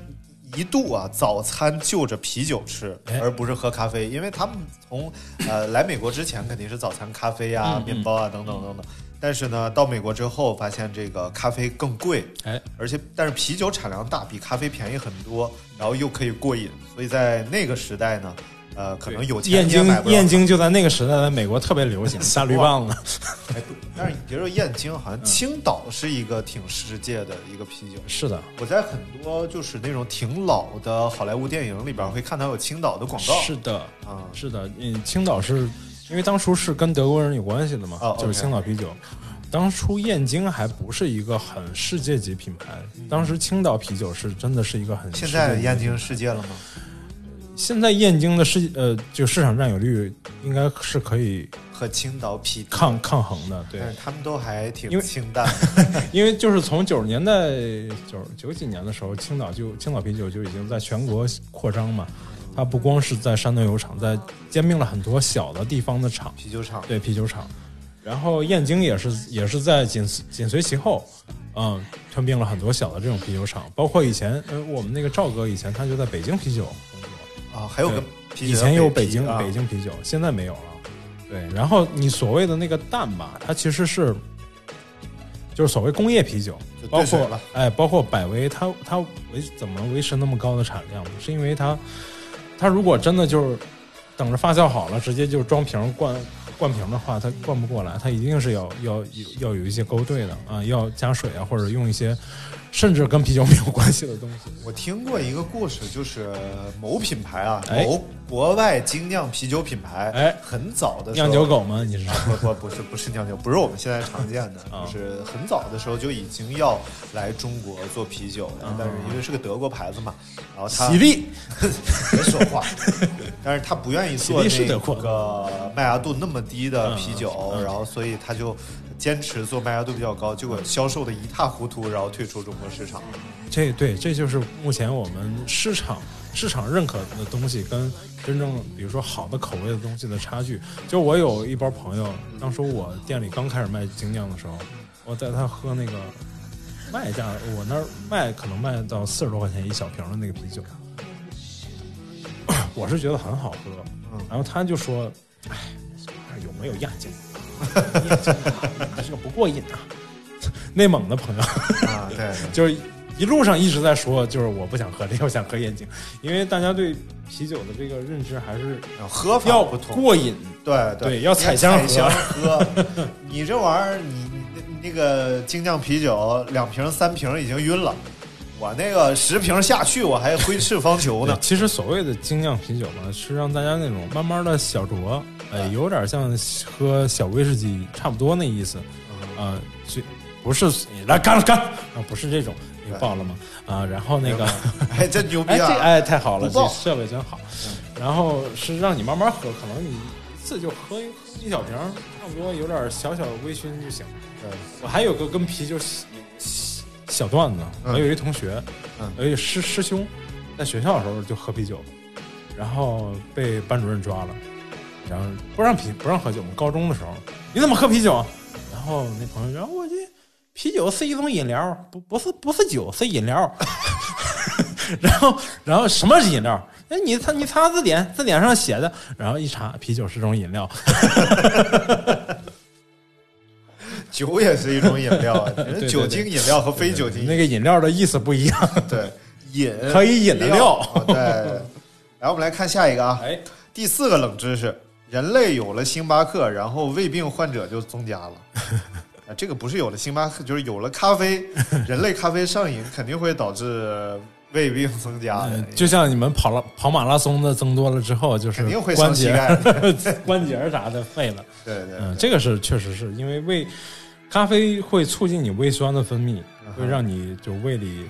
Speaker 10: 一度啊，早餐就着啤酒吃，
Speaker 11: 哎
Speaker 10: 而不是喝咖啡，因为他们从呃来美国之前肯定是早餐咖啡啊、
Speaker 11: 嗯嗯
Speaker 10: 面包啊等等等等。但是呢，到美国之后发现这个咖啡更贵，
Speaker 11: 哎，
Speaker 10: 而且但是啤酒产量大，比咖啡便宜很多，然后又可以过瘾，所以在那个时代呢，呃，可能有钱
Speaker 11: 燕
Speaker 10: 你也
Speaker 11: 京
Speaker 10: 买不了
Speaker 11: 燕京就在那个时代，在美国特别流 行大绿棒啊子。
Speaker 10: 哎，不，但是你别说燕京，好
Speaker 11: 嗯
Speaker 10: 像青岛是一个挺世界的一个啤酒。
Speaker 11: 是的，
Speaker 10: 我在很多就是那种挺老的好莱坞电影里边会看到有青岛的广告。
Speaker 11: 是的，
Speaker 10: 啊，
Speaker 11: 是的，嗯，青岛是因为当初是跟德国人有关系的嘛，
Speaker 10: 哦
Speaker 11: 就是
Speaker 10: OK
Speaker 11: 青岛啤酒。当初燕京还不是一个很世界级品牌，当时青岛啤酒是真的是一个很
Speaker 10: 现
Speaker 11: 世
Speaker 10: 在
Speaker 11: 界级
Speaker 10: 燕京世界了吗？
Speaker 11: 现在燕京的市呃就市场占有率应该是可以
Speaker 10: 和青岛匹敌，
Speaker 11: 抗抗衡的，对，
Speaker 10: 但是他们都还
Speaker 11: 因
Speaker 10: 挺
Speaker 11: 为
Speaker 10: 清淡。
Speaker 11: 因为就是从九十年代九九几年的时候，青岛就青岛啤酒就已经在全国扩张嘛，它不光是在山东有厂，在兼并了很多小的地方的厂，
Speaker 10: 啤酒厂
Speaker 11: 对啤酒厂，然后燕京也是也是在紧紧随其后，嗯，吞并了很多小的这种啤酒厂，包括以前呃我们那个赵哥以前他就在北京啤酒工作，
Speaker 10: 啊，还有
Speaker 11: 对
Speaker 10: 个啤酒
Speaker 11: 以前有
Speaker 10: 北
Speaker 11: 北京
Speaker 10: 啊
Speaker 11: 北京啤酒，现在没有了。对，然后你所谓的那个蛋吧，它其实是就是所谓工业啤酒
Speaker 10: 就，
Speaker 11: 包
Speaker 10: 兑水
Speaker 11: 括
Speaker 10: 了
Speaker 11: 哎，包括百威，它它维怎么维持那么高的产量？是因为它它如果真的就是等着发酵好了，直接就装瓶灌灌瓶的话，它灌不过来，它一定是要要有要有一些勾兑的啊、要加水啊，或者用一些甚至跟啤酒没有关系的东西。
Speaker 10: 我听过一个故事，就是某品牌啊，
Speaker 11: 哎
Speaker 10: 某国外精酿啤酒品牌，
Speaker 11: 哎
Speaker 10: 很早的时候
Speaker 11: 酿酒狗吗？你是说？
Speaker 10: 不不不是不是酿酒，不是我们现在常见的，
Speaker 11: 啊
Speaker 10: 就是很早的时候就已经要来中国做啤酒了，但是因为是个德国牌子嘛，然后他
Speaker 11: 啊喜力，
Speaker 10: 别说话，但是他不愿意做
Speaker 11: 喜力是
Speaker 10: 那
Speaker 11: 德国
Speaker 10: 个麦芽度那么低的
Speaker 11: 嗯
Speaker 10: 啤酒，然后所以他就坚持做麦芽度比较高，结果销售的一塌糊涂，然后退出中国市场。
Speaker 11: 这对，这就是目前我们市场市场认可的东西跟真正比如说好的口味的东西的差距。就我有一帮朋友，当初我店里刚开始卖精酿的时候，我带他喝那个卖价，我那儿卖可能卖到四十多块钱一小瓶的那个啤酒， 我是觉得很好喝，
Speaker 10: 嗯
Speaker 11: 然后他就说：“哎，有没有压 惊？压惊啊你这个不过瘾啊！” 内蒙的朋友。
Speaker 10: 啊，对，对
Speaker 11: 就是一路上一直在说，就是我不想喝这个，我想喝燕京，因为大家对啤酒的这个认知还是
Speaker 10: 然后喝法
Speaker 11: 要
Speaker 10: 不同，
Speaker 11: 过瘾。
Speaker 10: 对
Speaker 11: 对要
Speaker 10: 踩
Speaker 11: 踩箱
Speaker 10: 踩箱喝。 你这玩意儿，你你你那个精酿啤酒两瓶三瓶已经晕了，我那个十瓶下去我还挥斥方遒
Speaker 11: 对。
Speaker 10: 呢
Speaker 11: 其实所谓的精酿啤酒嘛，是让大家那种慢慢的小酌，呃，有点像喝小威士忌差不多那意思，
Speaker 10: 嗯
Speaker 11: 啊、就不是来干了干啊、不是这种，你爆了吗？啊、然后那个。
Speaker 10: 哎，这牛逼
Speaker 11: 哎，这
Speaker 10: 啊！
Speaker 11: 哎太好了，
Speaker 10: 不
Speaker 11: 这
Speaker 10: 爆
Speaker 11: 设备真好。然后是让你慢慢喝，可能你一次就喝一一小瓶儿，差不多有点小小微醺就行。
Speaker 10: 对，
Speaker 11: 我还有个跟啤酒小小段子，
Speaker 10: 嗯
Speaker 11: 我有一同学，
Speaker 10: 嗯
Speaker 11: 有一师师兄，在学校的时候就喝啤酒，然后被班主任抓了，然后不让啤不让喝酒。我们高中的时候，你怎么喝啤酒啊？然后那朋友说，我这啤酒是一种饮料，不不是不是酒，是饮料。 然后然后什么是饮料？哎，你擦你擦字典，字典上写的，然后一查，啤酒是种饮料。
Speaker 10: 酒也是一种饮料啊，你
Speaker 11: 对
Speaker 10: 说
Speaker 11: 对
Speaker 10: 酒精饮料和非酒精
Speaker 11: 那个饮料的意思不一样。
Speaker 10: 对饮
Speaker 11: 可以饮的料
Speaker 10: 哦对，来，我们来看下一个 啊，
Speaker 11: 哎，
Speaker 10: 第四个冷知识：人类有了星巴克，然后胃病患者就增加 了。啊，这个不是有了星巴克，就是有了咖 啡，人类咖啡上瘾肯定会导致胃病增加的
Speaker 11: 呃，就像你们跑了跑马拉松的增多了之后，就是
Speaker 10: 肯定会
Speaker 11: 关
Speaker 10: 伤膝
Speaker 11: 节
Speaker 10: 盖。对
Speaker 11: 关节啥的废了。
Speaker 10: 对对，
Speaker 11: 嗯，这个是确实是因为胃咖啡会促进你胃酸的分泌，会让你就胃里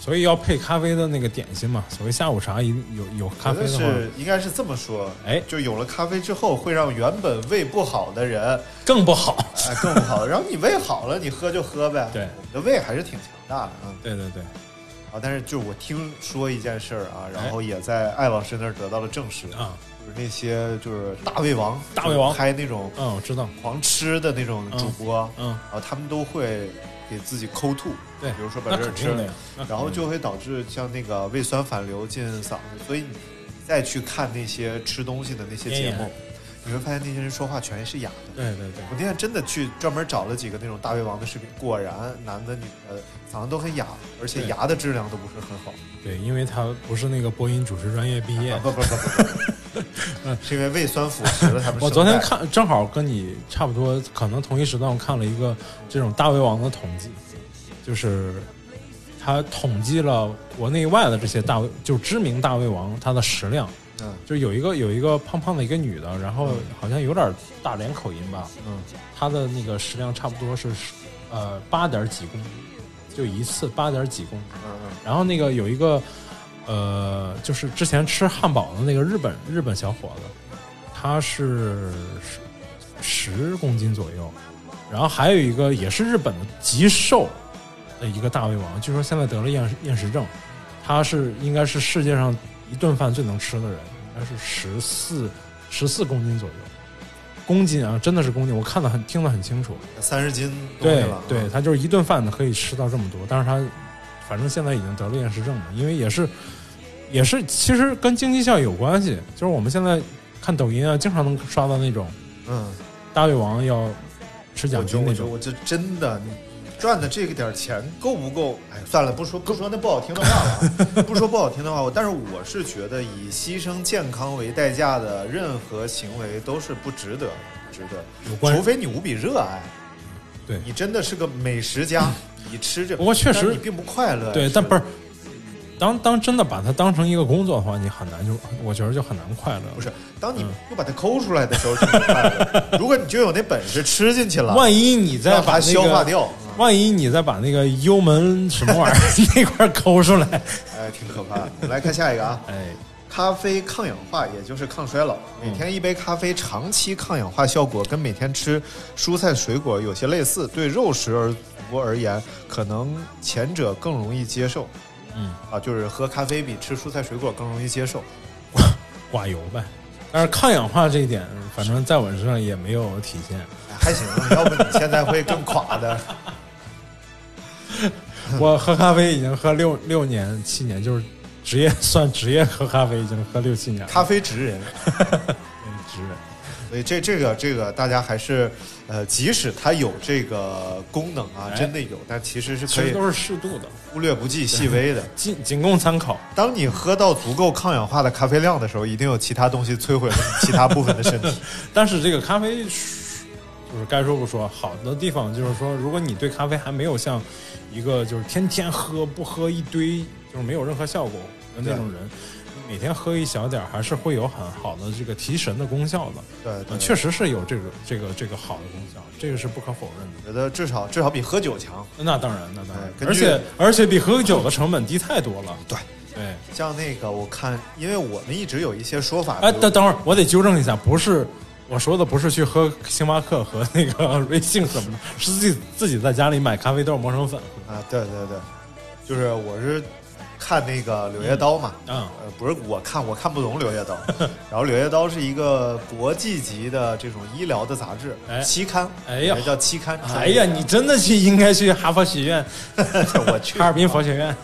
Speaker 11: 所以要配咖啡的那个点心嘛。所谓下午茶一有有咖啡
Speaker 10: 觉得
Speaker 11: 的话，
Speaker 10: 是应该是这么说，
Speaker 11: 哎
Speaker 10: 就有了咖啡之后，会让原本胃不好的人，
Speaker 11: 更不好。
Speaker 10: 哎，更不好。然后你胃好了，你喝就喝呗。
Speaker 11: 对
Speaker 10: 我们的胃还是挺强大的啊。
Speaker 11: 对对对，
Speaker 10: 啊，但是就我听说一件事儿
Speaker 11: 哎
Speaker 10: 啊，然后也在艾老师那儿得到了证实
Speaker 11: 啊，
Speaker 10: 就是那些就是大胃王，
Speaker 11: 大胃王
Speaker 10: 就是拍那种
Speaker 11: 嗯，我知道，
Speaker 10: 狂吃的那种主播，
Speaker 11: 嗯嗯
Speaker 10: 然后他们都会给自己抠吐，
Speaker 11: 对
Speaker 10: 比如说把
Speaker 11: 那
Speaker 10: 这儿
Speaker 11: 肯
Speaker 10: 吃
Speaker 11: 定的
Speaker 10: 了
Speaker 11: 呀，那
Speaker 10: 然后就会导致像那个胃酸反流进嗓子，所以你再去看那些吃东西的那些节
Speaker 11: 咽
Speaker 10: 目
Speaker 11: 炎，
Speaker 10: 你会发现那些人说话全是哑的。
Speaker 11: 对对对
Speaker 10: 我那天真的去专门找了几个那种大胃王的视频，果然男的女的嗓子都很哑，而且
Speaker 11: 对
Speaker 10: 牙的质量都不是很好。
Speaker 11: 对，因为他不是那个播音主持专业毕 业
Speaker 10: 啊，不不不不不，是因为胃酸腐蚀了他们。
Speaker 11: 我昨天，看，正好跟你差不多，可能同一时段，我看了一个这种大胃王的统计，就是他统计了国内外的这些大胃，就知名大胃王他的食量，
Speaker 10: 嗯
Speaker 11: 就有一个有一个胖胖的一个女的，然后好像有点大连口音吧，
Speaker 10: 嗯，
Speaker 11: 她的那个食量差不多是呃八点几公斤，就一次八点几公斤，
Speaker 10: 嗯嗯
Speaker 11: 然后那个有一个，呃，就是之前吃汉堡的那个日本日本小伙子，他是十十公斤左右。然后还有一个也是日本的极瘦的一个大胃王，据说现在得了厌厌食症，他是应该是世界上一顿饭最能吃的人，应该是十四十四公斤左右。公斤啊，真的是公斤，我看得很听得很清楚。
Speaker 10: 三十斤东西
Speaker 11: 对
Speaker 10: 了，
Speaker 11: 对，
Speaker 10: 嗯
Speaker 11: 他就是一顿饭可以吃到这么多，但是他反正现在已经得了厌食症了，因为也是也是其实跟经济效益有关系，就是我们现在看抖音啊，经常能刷到那种
Speaker 10: 嗯，
Speaker 11: 大胃王要吃
Speaker 10: 我
Speaker 11: 奖
Speaker 10: 觉得
Speaker 11: 金
Speaker 10: 我
Speaker 11: 那
Speaker 10: 觉得
Speaker 11: 种，
Speaker 10: 我这真的你。赚的这个点儿钱够不够？哎，算了，不说不说那不好听的话了啊，不说不好听的话，我但是我是觉得以牺牲健康为代价的任何行为都是不值得的，不值
Speaker 11: 有
Speaker 10: 得，
Speaker 11: 关
Speaker 10: 除非你无比热爱，
Speaker 11: 对
Speaker 10: 你真的是个美食家，你吃这，
Speaker 11: 不过确实
Speaker 10: 但是你并不快乐呀。
Speaker 11: 对，
Speaker 10: 吃
Speaker 11: 但
Speaker 10: 的
Speaker 11: 不是当当真的把它当成一个工作的话，你很难就我觉得就很难快乐。
Speaker 10: 不是，当
Speaker 11: 嗯
Speaker 10: 你又把它抠出来的时候，就不快乐。如果你就有那本事吃进去了，
Speaker 11: 万一你再
Speaker 10: 让
Speaker 11: 把
Speaker 10: 它
Speaker 11: 那
Speaker 10: 消
Speaker 11: 个
Speaker 10: 化掉，嗯
Speaker 11: 万一你再把那个幽门什么玩意儿 那块儿抠出来，
Speaker 10: 哎，挺可怕的。我们来看下一个啊，
Speaker 11: 哎，
Speaker 10: 咖啡抗氧化，也就是抗衰老。
Speaker 11: 嗯
Speaker 10: 每天一杯咖啡，长期抗氧化效果跟每天吃蔬菜水果有些类似。对肉食而族而言，可能前者更容易接受。
Speaker 11: 嗯，
Speaker 10: 啊，就是喝咖啡比吃蔬菜水果更容易接受。
Speaker 11: 挂油呗。但是抗氧化这一点，反正在我身上也没有体现。
Speaker 10: 哎还行，要不你现在会更垮 的。
Speaker 11: 我喝咖啡已经喝六六年七年，就是职业算职业喝咖啡已经喝六七年了。
Speaker 10: 咖啡直人。
Speaker 11: 嗯职人，
Speaker 10: 所以这这个这个大家还是，呃，即使它有这个功能啊，
Speaker 11: 哎
Speaker 10: 真的有，但其实是
Speaker 11: 其
Speaker 10: 可
Speaker 11: 实
Speaker 10: 以
Speaker 11: 都是适度的，
Speaker 10: 忽略不计、细微的。
Speaker 11: 仅仅供参考。
Speaker 10: 当你喝到足够抗氧化的咖啡量的时候，一定有其他东西摧毁了你其他部分的身 体。
Speaker 11: 但是这个咖啡，就是该说不说，好的地方就是说，如果你对咖啡还没有像一个就是天天喝不喝一堆，就是没有任何效果的那种人。你每天喝一小点儿，还是会有很好的这个提神的功效的。
Speaker 10: 对对
Speaker 11: 嗯确实是有这个这个这个好的功效，这个是不可否认的。
Speaker 10: 觉得至少至少比喝酒强。
Speaker 11: 那当然，那当然，
Speaker 10: 对根
Speaker 11: 而
Speaker 10: 据
Speaker 11: 且而且比喝酒的成本低太多了。
Speaker 10: 对
Speaker 11: 对，
Speaker 10: 像那个，我看，因为我们一直有一些说法，
Speaker 11: 哎，
Speaker 10: 比如
Speaker 11: 等等会儿，我得纠正一下，不是我说的，不是去喝星巴克和那个 瑞幸什么的，是自己自己在家里买咖啡豆磨成粉。
Speaker 10: 啊，对对对，就是我是看那个《柳叶刀》嘛，
Speaker 11: 嗯嗯
Speaker 10: 呃，不是我看我看不懂《柳叶刀》， 然后《柳叶刀》是一个国际级的这种医疗的杂志、
Speaker 11: 哎
Speaker 10: 期刊，
Speaker 11: 哎呀
Speaker 10: 也叫期刊，
Speaker 11: 哎呀， 你真的去应该去哈佛学院，
Speaker 10: 我去
Speaker 11: 哈尔滨佛学院。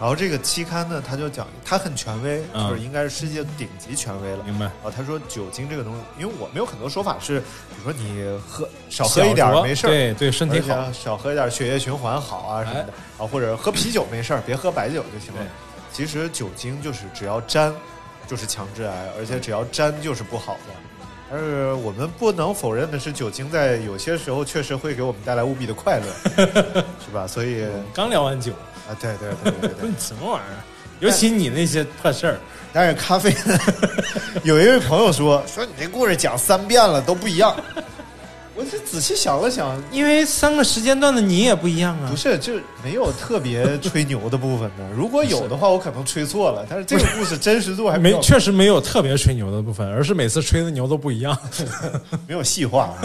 Speaker 10: 然后这个期刊呢，他就讲他很权威，
Speaker 11: 嗯
Speaker 10: 就是应该是世界顶级权威了。
Speaker 11: 明白
Speaker 10: 啊，他说酒精这个东西，因为我们有很多说法是，比如说你喝少喝一点
Speaker 11: 小
Speaker 10: 儿
Speaker 11: 酌
Speaker 10: 没事儿，
Speaker 11: 对对身体
Speaker 10: 而且
Speaker 11: 好哎
Speaker 10: 少喝一点儿血液循环好啊什么的、啊，或者喝啤酒没事儿，别喝白酒就行了
Speaker 11: 对。
Speaker 10: 其实酒精就是只要沾就是强致癌，而且只要沾就是不好的。但是我们不能否认的是，酒精在有些时候确实会给我们带来无比的快乐， 是吧？所以
Speaker 11: 刚聊完酒，
Speaker 10: 啊，对对对对对对。
Speaker 11: 什么玩意儿？尤其你那些破事儿，
Speaker 10: 但是咖啡， 有一位朋友说说你这故事讲三遍了都不一样。我这仔细想了想，
Speaker 2: 因为三个时间段的你也不一样啊。
Speaker 10: 不是，就没有特别吹牛的部分 的。如果有的话，我可能吹错了。但是这个故事真实度还比较
Speaker 11: 没，确实没有特别吹牛的部分，而是每次吹的牛都不 一样。
Speaker 10: 没有细化，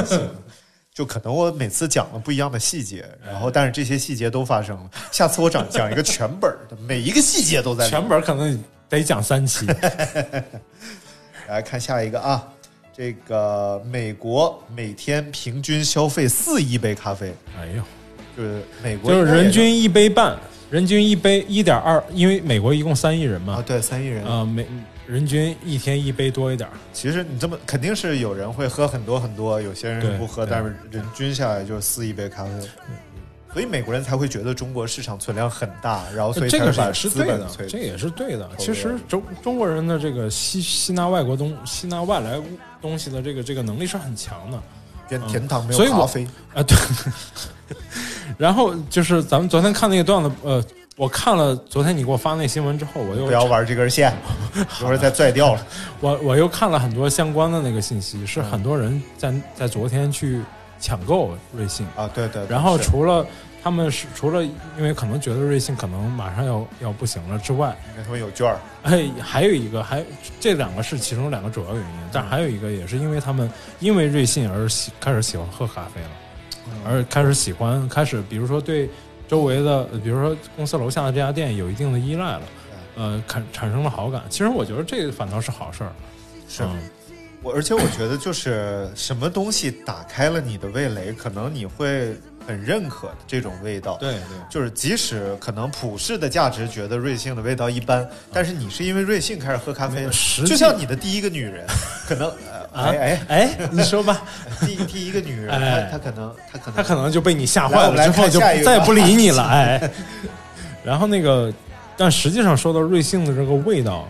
Speaker 10: 就可能我每次讲了不一样的细节，然后但是这些细节都发生了。下次我讲讲一个全本儿的，每一个细节都在里面。
Speaker 11: 全本可能得讲 三期。
Speaker 10: 来看下一个啊，这个美国每天平均消费四亿杯咖啡，
Speaker 11: 哎呦，
Speaker 10: 就是美国
Speaker 11: 就是人均一杯半，人均一杯一点二，因为美国一共三亿人嘛
Speaker 10: 啊，，对，三亿人
Speaker 11: 啊、每人均一天一杯多一点儿。
Speaker 10: 其实你这么肯定是有人会喝很多很多，有些人是不喝，
Speaker 11: 对
Speaker 10: 但是人均下来就是四亿杯咖啡。所以美国人才会觉得中国市场存量很大，然后所以
Speaker 11: 这
Speaker 10: 才
Speaker 11: 个
Speaker 10: 把
Speaker 11: 也是
Speaker 10: 资
Speaker 11: 对
Speaker 10: 本
Speaker 11: 的
Speaker 10: 催，
Speaker 11: 这个也是对的。
Speaker 10: 投
Speaker 11: 其实
Speaker 10: 入
Speaker 11: 中中国人的这个吸吸纳外国东吸纳外来东西的这个这个能力是很强的。
Speaker 10: 变
Speaker 11: 嗯
Speaker 10: 甜糖没
Speaker 11: 所以
Speaker 10: 有咖
Speaker 11: 我
Speaker 10: 啡，
Speaker 11: 啊，对。 然后就是咱们昨天看那个段子，呃，我看了昨天你给我发那新闻之后，我又
Speaker 10: 不要玩这根 线，一会儿再拽掉了。
Speaker 11: 我我又看了很多相关的那个信息，
Speaker 10: 嗯
Speaker 11: 是很多人在在昨天去抢购瑞幸，
Speaker 10: 啊！对对，对
Speaker 11: 然后
Speaker 10: 是
Speaker 11: 除了他们是除了因为可能觉得瑞幸可能马上要要不行了之外，
Speaker 10: 因为他们有券儿，
Speaker 11: 哎，还有一个还这两个是其中两个主要原因，但还有一个也是因为他们因为瑞幸而喜开始喜欢喝咖啡了，而开始喜欢开始比如说对周围的，呃比如说公司楼下的这家店有一定的依赖了，呃，产产生了好感。其实我觉得这个反倒是好事儿，
Speaker 10: 是
Speaker 11: 嗯
Speaker 10: 我，而且我觉得就是什么东西打开了你的味蕾，可能你会很认可这种味道。
Speaker 11: 对对
Speaker 10: 就是即使可能普世的价值觉得瑞幸的味道一般，但是你是因为瑞幸开始喝咖啡，
Speaker 11: 实际
Speaker 10: 就像你的第一个女人，可能呃
Speaker 11: 啊
Speaker 10: 哎
Speaker 11: 哎，你说吧，
Speaker 10: 哎，第第一个女人，
Speaker 11: 哎
Speaker 10: 她她可能她可能
Speaker 11: 他可能就被你吓
Speaker 10: 来
Speaker 11: 坏
Speaker 10: 我们来
Speaker 11: 了，之后
Speaker 10: 看
Speaker 11: 就
Speaker 10: 下一个
Speaker 11: 再也
Speaker 10: 吧
Speaker 11: 不理你 了，哎。然后那个，但实际上说到瑞幸的这个味道，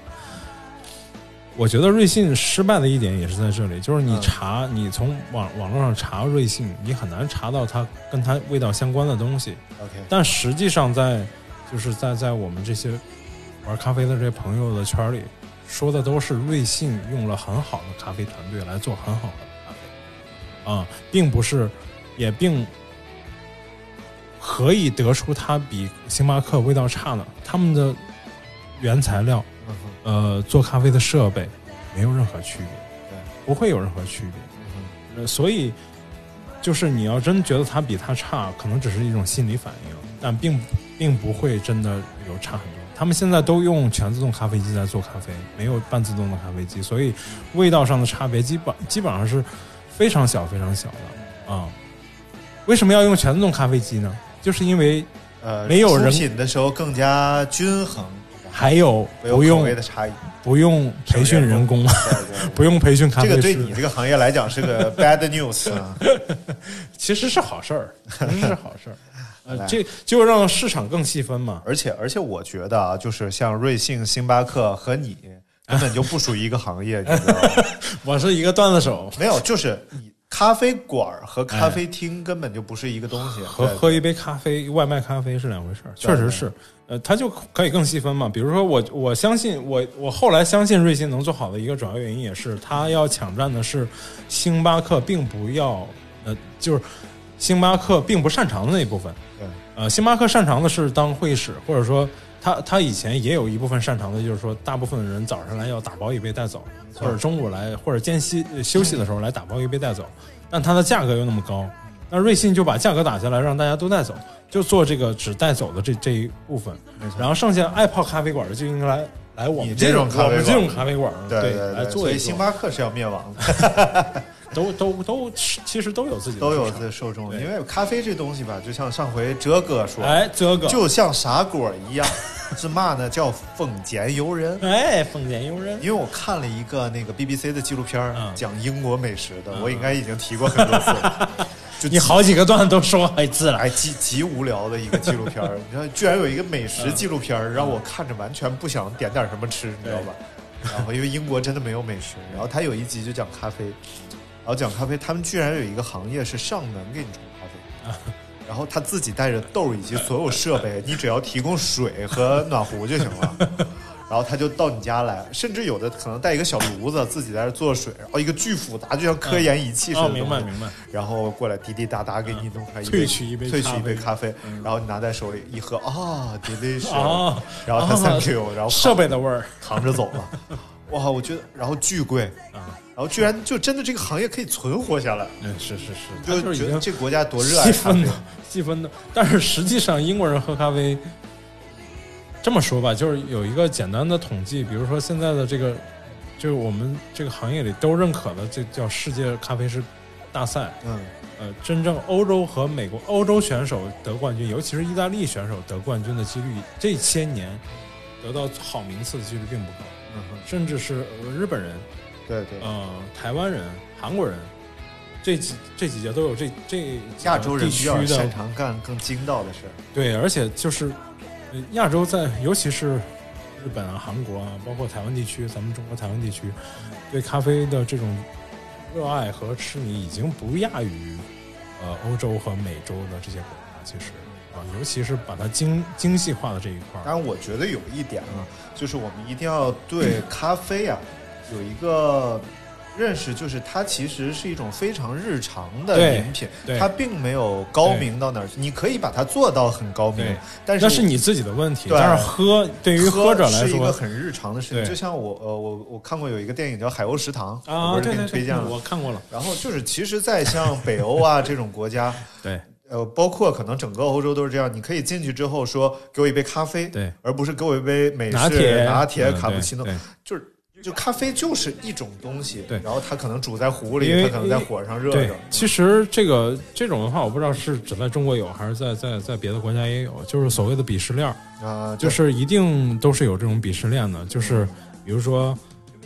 Speaker 11: 我觉得瑞幸失败的一点也是在这里，就是你
Speaker 10: 嗯
Speaker 11: 查，你从网网络上查瑞幸，你很难查到它跟它味道相关的东西。
Speaker 10: OK
Speaker 11: 但实际上在就是在在我们这些玩咖啡的这些朋友的圈里，说的都是瑞幸用了很好的咖啡团队来做很好的咖啡，啊、并不是，也并可以得出它比星巴克味道差呢。他们的原材料，
Speaker 10: 嗯
Speaker 11: 呃，做咖啡的设备没有任何区别，
Speaker 10: 对，嗯
Speaker 11: 不会有任何区别。呃所以，就是你要真觉得它比它差，可能只是一种心理反应，但并并不会真的有差很多。他们现在都用全自动咖啡机在做咖啡，没有半自动的咖啡机，所以味道上的差别基本基本上是非常小、非常小的啊、为什么要用全自动咖啡机呢？就是因为
Speaker 10: 呃
Speaker 11: 没有人
Speaker 10: 出品的时候更加均衡，
Speaker 11: 还有
Speaker 10: 没有
Speaker 11: 不
Speaker 10: 口
Speaker 11: 用
Speaker 10: 味的差异。
Speaker 11: 不用培训人工， 不用培训咖
Speaker 10: 这
Speaker 11: 啡
Speaker 10: 个
Speaker 11: 师，
Speaker 10: 对你这个行业来讲是 个 bad news 啊。
Speaker 11: 其实是好事儿，其实是好事儿。
Speaker 10: 来
Speaker 11: 呃，这就让市场更细分嘛。
Speaker 10: 而且而且我觉得啊，就是像瑞幸、星巴克和 你根本就不属于一个行业，你知道吗？
Speaker 11: 我是一个段子手，
Speaker 10: 没有，就是你咖啡馆儿和咖啡厅根本就不是一个东西。
Speaker 11: 和
Speaker 10: 对
Speaker 11: 喝一杯咖啡、外卖咖啡是两回事儿，确实是。呃，它就可以更细分嘛。比如说我，我相信我，我后来相信瑞幸能做好的一个主要原因也是，它要抢占的是星巴克并不要，呃，就是星巴克并不擅长的那一部分。
Speaker 10: 对
Speaker 11: 呃，星巴克擅长的是当会室，或者说他他以前也有一部分擅长的，就是说大部分人早上来要打包一杯带走，或者中午来或者间歇呃休息的时候来打包一杯带走，但它的价格又那么高，
Speaker 10: 嗯
Speaker 11: 那瑞幸就把价格打下来，让大家都带走，就做这个只带走的这这一部分，然后剩下爱泡咖啡馆的就应该来来我
Speaker 10: 你
Speaker 11: 们
Speaker 10: 这
Speaker 11: 种
Speaker 10: 种咖啡
Speaker 11: 我们这
Speaker 10: 馆
Speaker 11: 种咖啡馆儿
Speaker 10: 对
Speaker 11: 来
Speaker 10: 对，
Speaker 11: 呃做
Speaker 10: 所
Speaker 11: 一
Speaker 10: 以
Speaker 11: 做
Speaker 10: 星巴克是要灭亡 的，
Speaker 11: 都都都其实都有自己的
Speaker 10: 都有
Speaker 11: 市场
Speaker 10: 自己受众。
Speaker 11: 对
Speaker 10: 因为咖啡这东西吧，就像上回哲哥说，
Speaker 11: 哎这个
Speaker 10: 就像啥果儿一样， 是嘛呢？叫凤茧游人。
Speaker 11: 哎封建游人
Speaker 10: 因为我看了一个那个 BBC 的纪录片儿，
Speaker 11: 嗯
Speaker 10: 讲英国美食的，我应该已经提过很多次 了。就
Speaker 11: 你好几个段子都说一次了。
Speaker 10: 哎，极极无聊的一个纪录片儿，你知道，居然有一个美食
Speaker 11: 嗯
Speaker 10: 纪录片儿，让我看着完全不想点点什么吃，你知道吧？然后因为英国真的没有美食，然后他有一集就讲咖啡，然后讲咖啡，他们居然有一个行业是上门给你冲咖啡，
Speaker 11: 啊
Speaker 10: 然后他自己带着豆儿以及所有设备，你只要提供水和暖壶就行了。然后他就到你家来，甚至有的可能带一个小炉子，自己在这做水，然后一个巨复杂，就像科研仪器似的、
Speaker 11: 嗯哦明白明白。
Speaker 10: 然后过来滴滴答答给你弄上一
Speaker 11: 萃取一杯
Speaker 10: 萃取一杯
Speaker 11: 咖
Speaker 10: 咖啡，然后你拿在手里一喝啊，delicious，、
Speaker 11: 哦
Speaker 10: 然后他
Speaker 11: 哦
Speaker 10: thank you，然后
Speaker 11: 设备的味儿
Speaker 10: 扛着走了。哇，我觉得，然后巨贵，
Speaker 11: 啊
Speaker 10: 然后居然就真的这个行业可以存活下来，
Speaker 11: 嗯，是是是，
Speaker 10: 就
Speaker 11: 他就是
Speaker 10: 觉
Speaker 11: 已
Speaker 10: 得
Speaker 11: 经
Speaker 10: 这国家多热爱
Speaker 11: 细
Speaker 10: 咖啡
Speaker 11: 分的，细分的。但是实际上，英国人喝咖啡，这么说吧，就是有一个简单的统计，比如说现在的这个，就是我们这个行业里都认可的，这叫世界咖啡师大赛。
Speaker 10: 嗯，
Speaker 11: 呃，真正欧洲和美国欧洲选手得冠军，尤其是意大利选手得冠军的几率，这些年得到好名次的几率并不高，甚至是呃日本人、
Speaker 10: 嗯对对，
Speaker 11: 呃，台湾人、韩国人，这几这几届都有这这几个
Speaker 10: 亚洲人比
Speaker 11: 地区
Speaker 10: 较
Speaker 11: 的
Speaker 10: 擅长干更精到的事儿。
Speaker 11: 对，而且就是呃亚洲在，尤其是日本啊、韩国啊，包括台湾地区，咱们中国台湾地区，对咖啡的这种热爱和痴迷已经不亚于呃欧洲和美洲的这些国家，其实啊，尤其是把它精精细化的这一块儿，
Speaker 10: 但是我觉得有一点
Speaker 11: 嗯
Speaker 10: 啊，就是我们一定要对 咖啡啊有一个认识，就是它其实是一种非常日常的
Speaker 11: 对
Speaker 10: 饮品，
Speaker 11: 对
Speaker 10: 它并没有高明到哪儿去。你可以把它做到很高明
Speaker 11: 对，
Speaker 10: 但是
Speaker 11: 那是你自己的问题。
Speaker 10: 对
Speaker 11: 但是喝对于
Speaker 10: 喝
Speaker 11: 喝者来
Speaker 10: 是一
Speaker 11: 说
Speaker 10: 个，很日常的事情，
Speaker 11: 对
Speaker 10: 就像我呃我我看过有一个电影叫《海鸥食堂》，
Speaker 11: 啊
Speaker 10: 我不是
Speaker 11: 对
Speaker 10: 给你
Speaker 11: 对对
Speaker 10: 推荐了，
Speaker 11: 我看过了。
Speaker 10: 然后就是其实，在像北欧啊这种国家，
Speaker 11: 对，
Speaker 10: 呃，包括可能整个欧洲都是这样，你可以进去之后说给我一杯咖啡，
Speaker 11: 对，
Speaker 10: 而不是给我一杯美式
Speaker 11: 拿铁
Speaker 10: 拿铁、
Speaker 11: 嗯
Speaker 10: 卡布
Speaker 11: 对
Speaker 10: 奇诺
Speaker 11: 对，
Speaker 10: 就是。就咖啡就是一种东西，
Speaker 11: 对
Speaker 10: 然后它可能煮在壶
Speaker 11: 因
Speaker 10: 里，
Speaker 11: 为
Speaker 10: 它可能在火上热
Speaker 11: 对
Speaker 10: 着，，
Speaker 11: 其实这个这种文化，我不知道是只在中国有，还是在在在别的国家也有，就是所谓的鄙视链儿
Speaker 10: 啊对
Speaker 11: 就是一定都是有这种鄙视链的，就是比如说，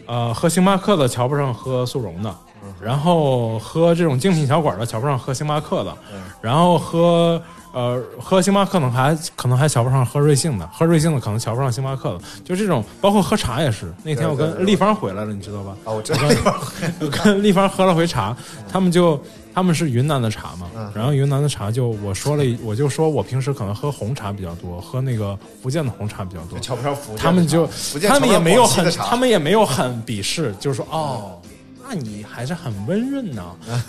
Speaker 11: 呃，喝星巴克的瞧不上喝速溶的，
Speaker 10: 嗯
Speaker 11: 然后喝这种精品小馆的瞧不上喝星巴克的，
Speaker 10: 嗯
Speaker 11: 然后喝呃喝星巴克呢还可能还瞧不上喝瑞幸的，喝瑞幸的可能瞧不上星巴克的，就这种包括喝茶也是。那天我
Speaker 10: 对对
Speaker 11: 跟
Speaker 10: 对
Speaker 11: 立方回来了，你知道吧？
Speaker 10: 啊，我知
Speaker 11: 道立方，我 跟立方喝了回茶，他们就他们是云南的茶嘛，
Speaker 10: 嗯
Speaker 11: 然后云南的茶就我说了一，我就说我平时可能喝红茶比较多，喝那个福建的红茶比较 多，
Speaker 10: 瞧不上福建的茶啊
Speaker 11: 他们就
Speaker 10: 福建
Speaker 11: 他们也没有
Speaker 10: 瞧不上广西
Speaker 11: 很
Speaker 10: 的茶
Speaker 11: 他们也没有很鄙视，就是说哦。那你还是很温 润呢，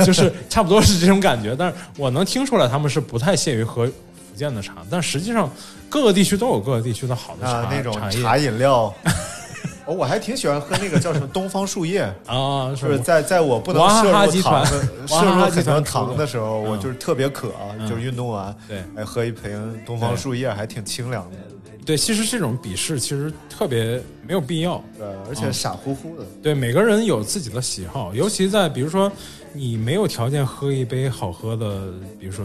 Speaker 11: 就是差不多是这种感觉。但是我能听出来，他们是不太屑于喝福建的茶，但实际上各个地区都有各个地区的好的茶，
Speaker 10: 啊那种
Speaker 11: 茶叶
Speaker 10: 茶饮料。 哦，我还挺喜欢喝那个叫什么东方树叶，
Speaker 11: 啊，
Speaker 10: 就是在在我不能
Speaker 11: 娃哈
Speaker 10: 摄
Speaker 11: 哈
Speaker 10: 入
Speaker 11: 集
Speaker 10: 糖
Speaker 11: 团
Speaker 10: 的摄
Speaker 11: 娃哈
Speaker 10: 入
Speaker 11: 哈集
Speaker 10: 很多
Speaker 11: 团出
Speaker 10: 糖的时候，
Speaker 11: 嗯
Speaker 10: 我就是特别渴，啊就是运动完，
Speaker 11: 对，
Speaker 10: 哎，喝一瓶东方树叶还挺清凉的，
Speaker 11: 对，其实这种鄙视其实特别没有必要，
Speaker 10: 对，而
Speaker 11: 嗯
Speaker 10: 且傻乎乎的，
Speaker 11: 对，每个人有自己的喜好，尤其在比如说你没有条件喝一杯好喝的，比如说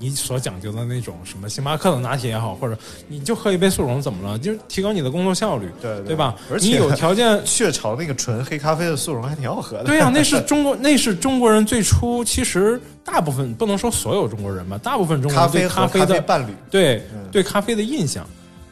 Speaker 11: 你所讲究的那种什么星巴克的拿铁也好，或者你就喝一杯速溶怎么了？就是提高你的工作效率，
Speaker 10: 对
Speaker 11: 对吧？
Speaker 10: 而且
Speaker 11: 你有 条件
Speaker 10: 雀巢那个纯黑咖啡的速溶还挺好喝的，
Speaker 11: 对呀、那是中国，那是中国人最初其实大部分不能说所有中国人吧，大部分中 国
Speaker 10: 咖
Speaker 11: 人对
Speaker 10: 啡
Speaker 11: 咖
Speaker 10: 和
Speaker 11: 啡
Speaker 10: 咖
Speaker 11: 的
Speaker 10: 啡伴侣，
Speaker 11: 对、
Speaker 10: 嗯
Speaker 11: 对咖啡的印象。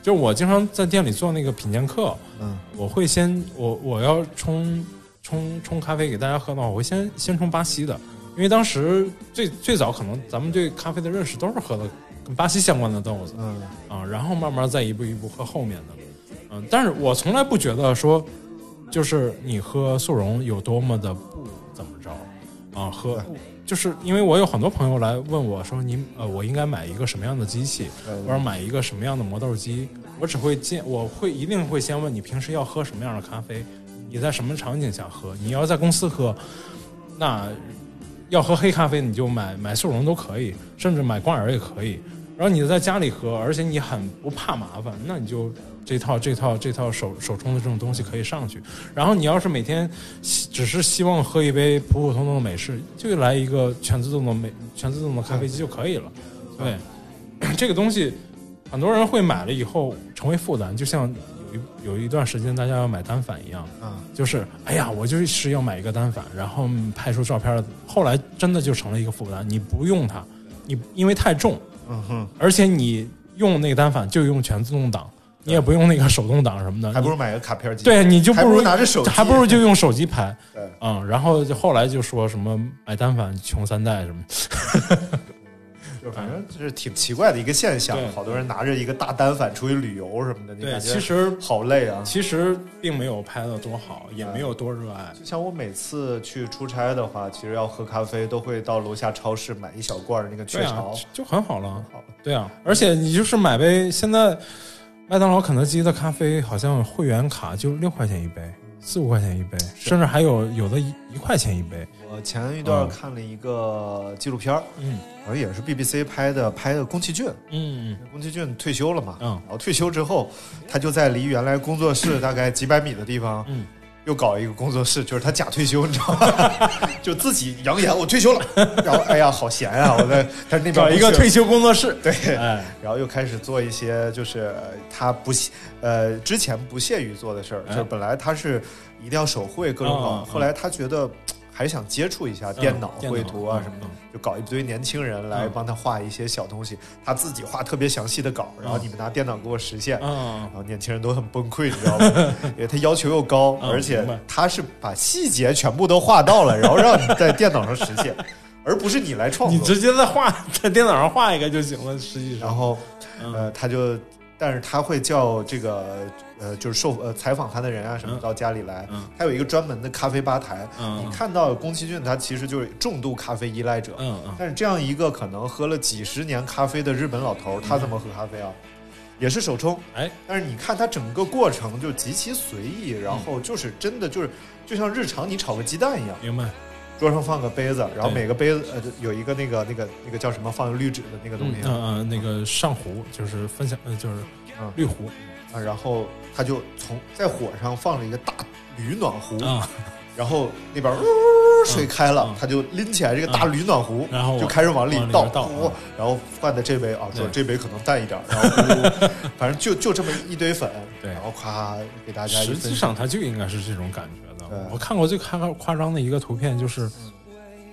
Speaker 11: 就是我经常在店里做那个品鉴课，
Speaker 10: 嗯，
Speaker 11: 我会先我我要冲冲冲咖啡给大家喝的话，我会先先冲巴西的，因为当时最最早可能咱们对咖啡的认识都是喝的跟巴西相关的豆子，
Speaker 10: 嗯
Speaker 11: 啊，然后慢慢再一步一步喝后面的，嗯，但是我从来不觉得说就是你喝速溶有多么的不怎么着啊，喝就是因为我有很多朋友来问我说你呃，我应该买一个什么样的机器，或者买一个什么样的磨豆机，我只会见我会一定会先问你平时要喝什么样的咖啡，你在什么场景下喝，你要在公司喝，那要喝黑咖啡你就买买速溶都可以，甚至买挂耳也可以。然后你在家里喝，而且你很不怕麻烦，那你就这套这套这套手手冲的这种东西可以上去。然后你要是每天希只是希望喝一杯普普通通的美式，就来一个全自动的美全自动的咖啡机就可以了。
Speaker 10: 嗯
Speaker 11: 对， 这个东西很多人会买了以后成为负担，就像有一有一段时间大家要买单反一样，
Speaker 10: 嗯，
Speaker 11: 就是哎呀，我就是要买一个单反，然后拍出照片儿，后来真的就成了一个负担，你不用它，你因为太重，
Speaker 10: 嗯哼，
Speaker 11: 而且你用那个单反就用全自动挡，你也不用那个手动挡什么的，
Speaker 10: 还不
Speaker 11: 你
Speaker 10: 如买个卡片机，
Speaker 11: 嗯对，啊你就
Speaker 10: 还
Speaker 11: 如
Speaker 10: 如拿着手机，
Speaker 11: 还不 如就用手机拍。
Speaker 10: 对
Speaker 11: 嗯，然后就后来就说什么买单反穷三代什么，
Speaker 10: 就反正就是挺奇怪的一个现象
Speaker 11: 对，
Speaker 10: 好多人拿着一个大单反出去旅游什么的，你
Speaker 11: 对，
Speaker 10: 感觉
Speaker 11: 其实
Speaker 10: 好累啊。
Speaker 11: 其实并没有拍的多好，也没有多热爱。
Speaker 10: 就像我每次去出差的话，其实要喝咖啡都会到楼下超市买一小罐儿那个雀
Speaker 11: 对啊
Speaker 10: 巢，，
Speaker 11: 就很好了。对啊，而且你就是买杯现在麦当劳、肯德基的咖啡，好像会员卡就六块钱一杯，四五块钱一杯，甚至还有有的一一块钱一杯。
Speaker 10: 我前一段
Speaker 11: 嗯
Speaker 10: 看了一个纪录片儿，
Speaker 11: 嗯，
Speaker 10: 好像也是 BBC 拍的，拍的宫崎骏，
Speaker 11: 嗯，
Speaker 10: 宫崎骏退休了嘛，嗯，然后退休之后，他就在离原来工作室大概几百米的地方，
Speaker 11: 嗯，
Speaker 10: 又搞一个工作室，就是他假退休，你知道吗？ 就自己扬言我退休了，然后哎呀好闲啊，我在他那边
Speaker 11: 找一个
Speaker 10: 不是
Speaker 11: 退休工作室，
Speaker 10: 对，
Speaker 11: 哎，
Speaker 10: 然后又开始做一些就是呃他不屑呃之前不屑于做的事儿，
Speaker 11: 哎
Speaker 10: 就是本来他是一定要手绘各种稿，
Speaker 11: 嗯嗯嗯
Speaker 10: 后来他觉得。嘖还想接触一下电脑
Speaker 11: 电脑
Speaker 10: 绘图啊
Speaker 11: 嗯
Speaker 10: 什么的，就搞一堆年轻人来
Speaker 11: 嗯
Speaker 10: 帮他画一些小东西，他自己画特别详细的稿，然后
Speaker 11: 嗯
Speaker 10: 你们拿电脑给我实现，
Speaker 11: 嗯
Speaker 10: 然后年轻人都很崩溃，你知道 吗？因为他要求又高，
Speaker 11: 嗯
Speaker 10: 而且
Speaker 11: 明白
Speaker 10: 他是把细节全部都画到了，然后让你在电脑上实 现，而不是你来创作。
Speaker 11: 你直接在画 在电脑上画一个就行了，实际上。
Speaker 10: 然后，
Speaker 11: 嗯
Speaker 10: 呃，他就，但是他会叫这个呃，就是受呃采访他的人啊什么到家里来，他有一个专门的咖啡吧台。
Speaker 11: 嗯
Speaker 10: 你看到宫崎骏他其实就是重度咖啡依赖者，
Speaker 11: 嗯嗯
Speaker 10: 但是这样一个可能喝了几十年咖啡的日本老头儿，他
Speaker 11: 嗯
Speaker 10: 怎么喝咖啡啊？也是手冲，
Speaker 11: 哎，
Speaker 10: 但是你看他整个过程就极其随意，
Speaker 11: 嗯
Speaker 10: 然后就是真的就是就像日常你炒个鸡蛋一样，
Speaker 11: 明白？
Speaker 10: 桌上放个杯子，然后
Speaker 11: 对
Speaker 10: 每个杯子呃有一个那个那个那个叫什么放绿纸的那个东
Speaker 11: 嗯
Speaker 10: 西，
Speaker 11: 嗯嗯，那个上壶就是分享，呃，就是绿壶
Speaker 10: 啊，然后他就从在火上放了一个大铝暖壶，
Speaker 11: 啊
Speaker 10: 然后那边儿呜水开了，他就拎起来这个大铝暖壶，
Speaker 11: 啊然后
Speaker 10: 就开始往里
Speaker 11: 往里
Speaker 10: 倒，
Speaker 11: 边倒啊
Speaker 10: 呼然后放在这杯啊，说
Speaker 11: 对
Speaker 10: 这杯可能淡一点儿，然后呼 反正就就这么一堆粉，
Speaker 11: 对
Speaker 10: 然后夸给大家一
Speaker 11: 实
Speaker 10: 分
Speaker 11: 际
Speaker 10: 享
Speaker 11: 上它就应该是这种感觉的。我看过最夸夸张的一个图片，就是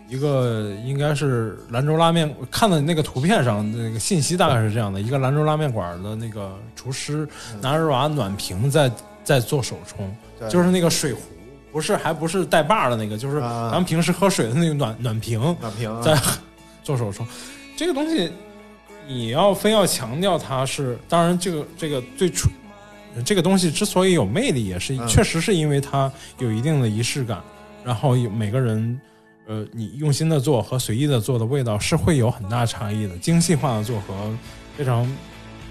Speaker 11: 一个应该是兰州拉面，我看到那个图片上那个信息大概是这样的：一个兰州拉面馆的那个厨师拿着瓦暖瓶在在做手冲，
Speaker 10: 嗯对
Speaker 11: 就是那个水壶。不是，还不是带把儿的那个，就是
Speaker 10: 啊
Speaker 11: 咱们平时喝水的那个暖暖瓶，
Speaker 10: 暖瓶啊
Speaker 11: 在 做手冲。这个东西你要非要强调它是，当然这个这个最初这个东西之所以有魅力，也是、
Speaker 10: 嗯
Speaker 11: 确实是因为它有一定的仪式感，然后有每个人。呃，你用心的做和随意的做的味道是会有很大差异的，精细化的做和非常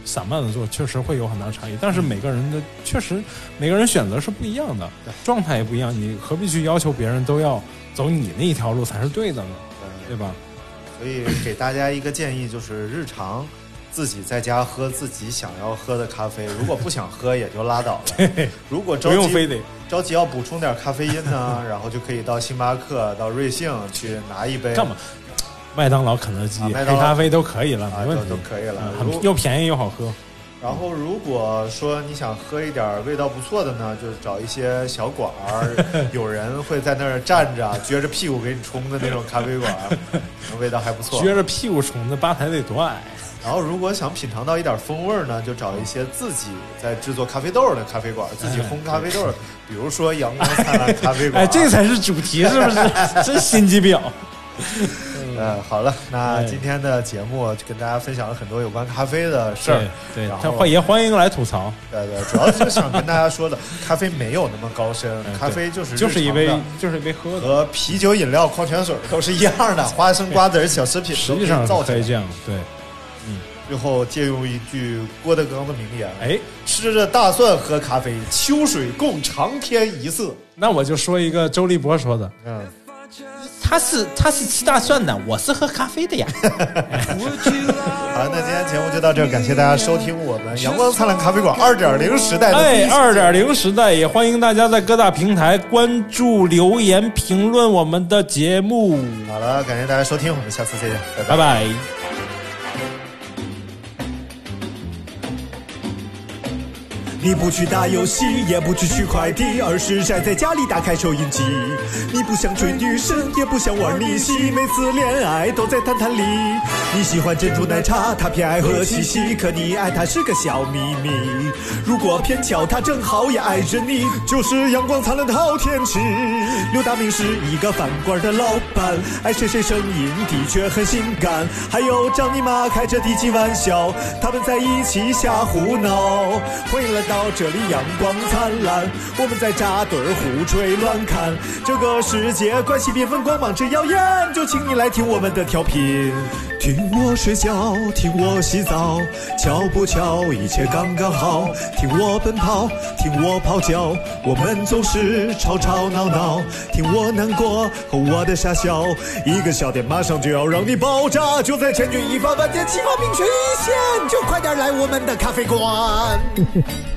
Speaker 11: 散漫的做确实会有很大差异。但是每个人的确实每个人选择是不一样的，状态也不一样，你何必去要求别人都要走你那一条路才是对的呢？对吧？
Speaker 10: 呃所以给大家一个建议，就是日常自己在家喝自己想要喝的咖啡，如果不想喝也就拉倒了。如果着急
Speaker 11: 不用非得
Speaker 10: 着急要补充点咖啡因 呢，然后就可以到星巴克、到瑞幸去拿一杯。
Speaker 11: 干嘛？麦当劳、肯德基、
Speaker 10: 啊麦
Speaker 11: 黑
Speaker 10: 当劳
Speaker 11: 咖啡都可以了，没问题，
Speaker 10: 都都可以了
Speaker 11: 啊
Speaker 10: 如
Speaker 11: 很又便宜又好喝。
Speaker 10: 然后如果说你想喝一点味道不错的呢，就是找一些小馆 儿，有人会在那儿站着，撅着屁股给你冲的那种咖啡馆 儿，可能味道还不错。
Speaker 11: 撅着屁股冲的吧台得多矮？
Speaker 10: 然后，如果想品尝到一点风味儿呢，就找一些自己在制作咖啡豆儿的咖啡
Speaker 11: 哎
Speaker 10: 馆，自己烘咖啡豆儿，比如说阳光灿烂 咖啡馆。
Speaker 11: 哎，这才是主题，是不是？ 真心机婊。
Speaker 10: 呃，好了，
Speaker 11: 哎
Speaker 10: 那今天的节目就跟大家分享了很多有关咖啡的事儿。
Speaker 11: 对，
Speaker 10: 然
Speaker 11: 他
Speaker 10: 后
Speaker 11: 欢也欢迎来吐槽。
Speaker 10: 对对，主要就是想跟大家说的，咖啡没有那么高深，
Speaker 11: 哎对
Speaker 10: 咖啡就是
Speaker 11: 就是一
Speaker 10: 日
Speaker 11: 杯
Speaker 10: 常的
Speaker 11: 就是一杯喝的，
Speaker 10: 和啤酒、饮料、矿泉水都是一样的，花生、瓜子儿、小食品
Speaker 11: 实际上
Speaker 10: 都
Speaker 11: 是
Speaker 10: 可
Speaker 11: 可
Speaker 10: 以造
Speaker 11: 以这
Speaker 10: 成。
Speaker 11: 样。对，
Speaker 10: 最后借用一句郭德纲的名言：
Speaker 11: 哎，
Speaker 10: 吃着大蒜喝咖啡，秋水共长天一色。
Speaker 11: 那我就说一个周立波说的，
Speaker 10: 嗯，
Speaker 2: 他是他是吃大蒜的，我是喝咖啡 的呀。
Speaker 11: 哎
Speaker 10: 好，那今天节目就到这儿，感谢大家收听我们阳光灿烂咖啡馆二点零时代的第一
Speaker 11: 哎，
Speaker 10: 期
Speaker 11: 二点零时代也欢迎大家在各大平台关注、留言、评论我们的节目。
Speaker 10: 好了，感谢大家收听，我们下次再见，拜拜。
Speaker 11: 拜拜。
Speaker 12: 你不去打游戏，也不去取快递，而是宅在家里打开收音机。你不想追女神，也不想玩逆袭，每次恋爱都在谈谈里。你喜欢珍珠奶茶，他偏爱喝西西，可你爱他是个小秘密。如果偏巧他正好也爱着你，就是阳光灿烂的好天气。刘大明是一个饭馆的老板，爱谁谁声音的确很性感。还有张尼玛开着低级玩笑，他们在一起瞎胡闹。欢迎来到这里，阳光灿烂，我们在扎堆儿胡吹乱侃。这个世界关系缤纷，光芒之耀眼，就请你来听我们的调频。听我睡觉，听我洗澡，巧不巧，一切刚刚好。听我奔跑，听我咆哮，我们总是吵吵闹闹。听我难过和我的傻笑，一个笑点马上就要让你爆炸，就在千钧一发、万箭齐发、命悬一线，就快点来我们的咖啡馆。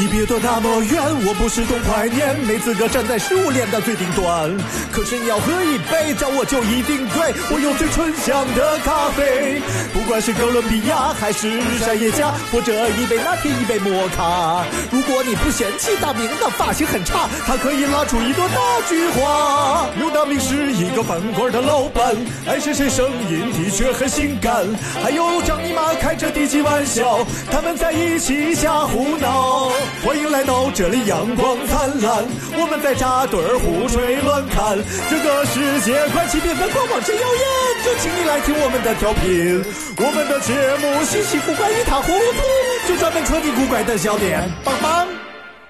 Speaker 12: 你别躲那么远，我不是东怀念，没资格站在食物链的最顶端。可是你要喝一杯，找我就一定对，我有最醇香的咖啡。不管是哥伦比亚还是山野家，或者一杯拿铁一杯摩卡。如果你不嫌弃大明的发型很差，他可以拉出一朵大菊花。刘大明是一个饭馆的老板，爱谁谁声音的确很性感。还有张姨妈开着低级玩笑，他们在一起瞎胡闹。欢迎来到这里，阳光灿烂，我们在扎堆儿胡吹乱侃。这个世界关系缤纷，光芒之耀眼，就请你来听我们的调频。我们的节目稀奇古怪一塌糊涂，就专门戳你古怪的笑点，棒棒。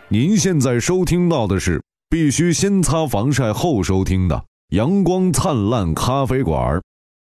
Speaker 8: 您现在收听到的是必须先擦防晒后收听的《阳光灿烂咖啡馆》。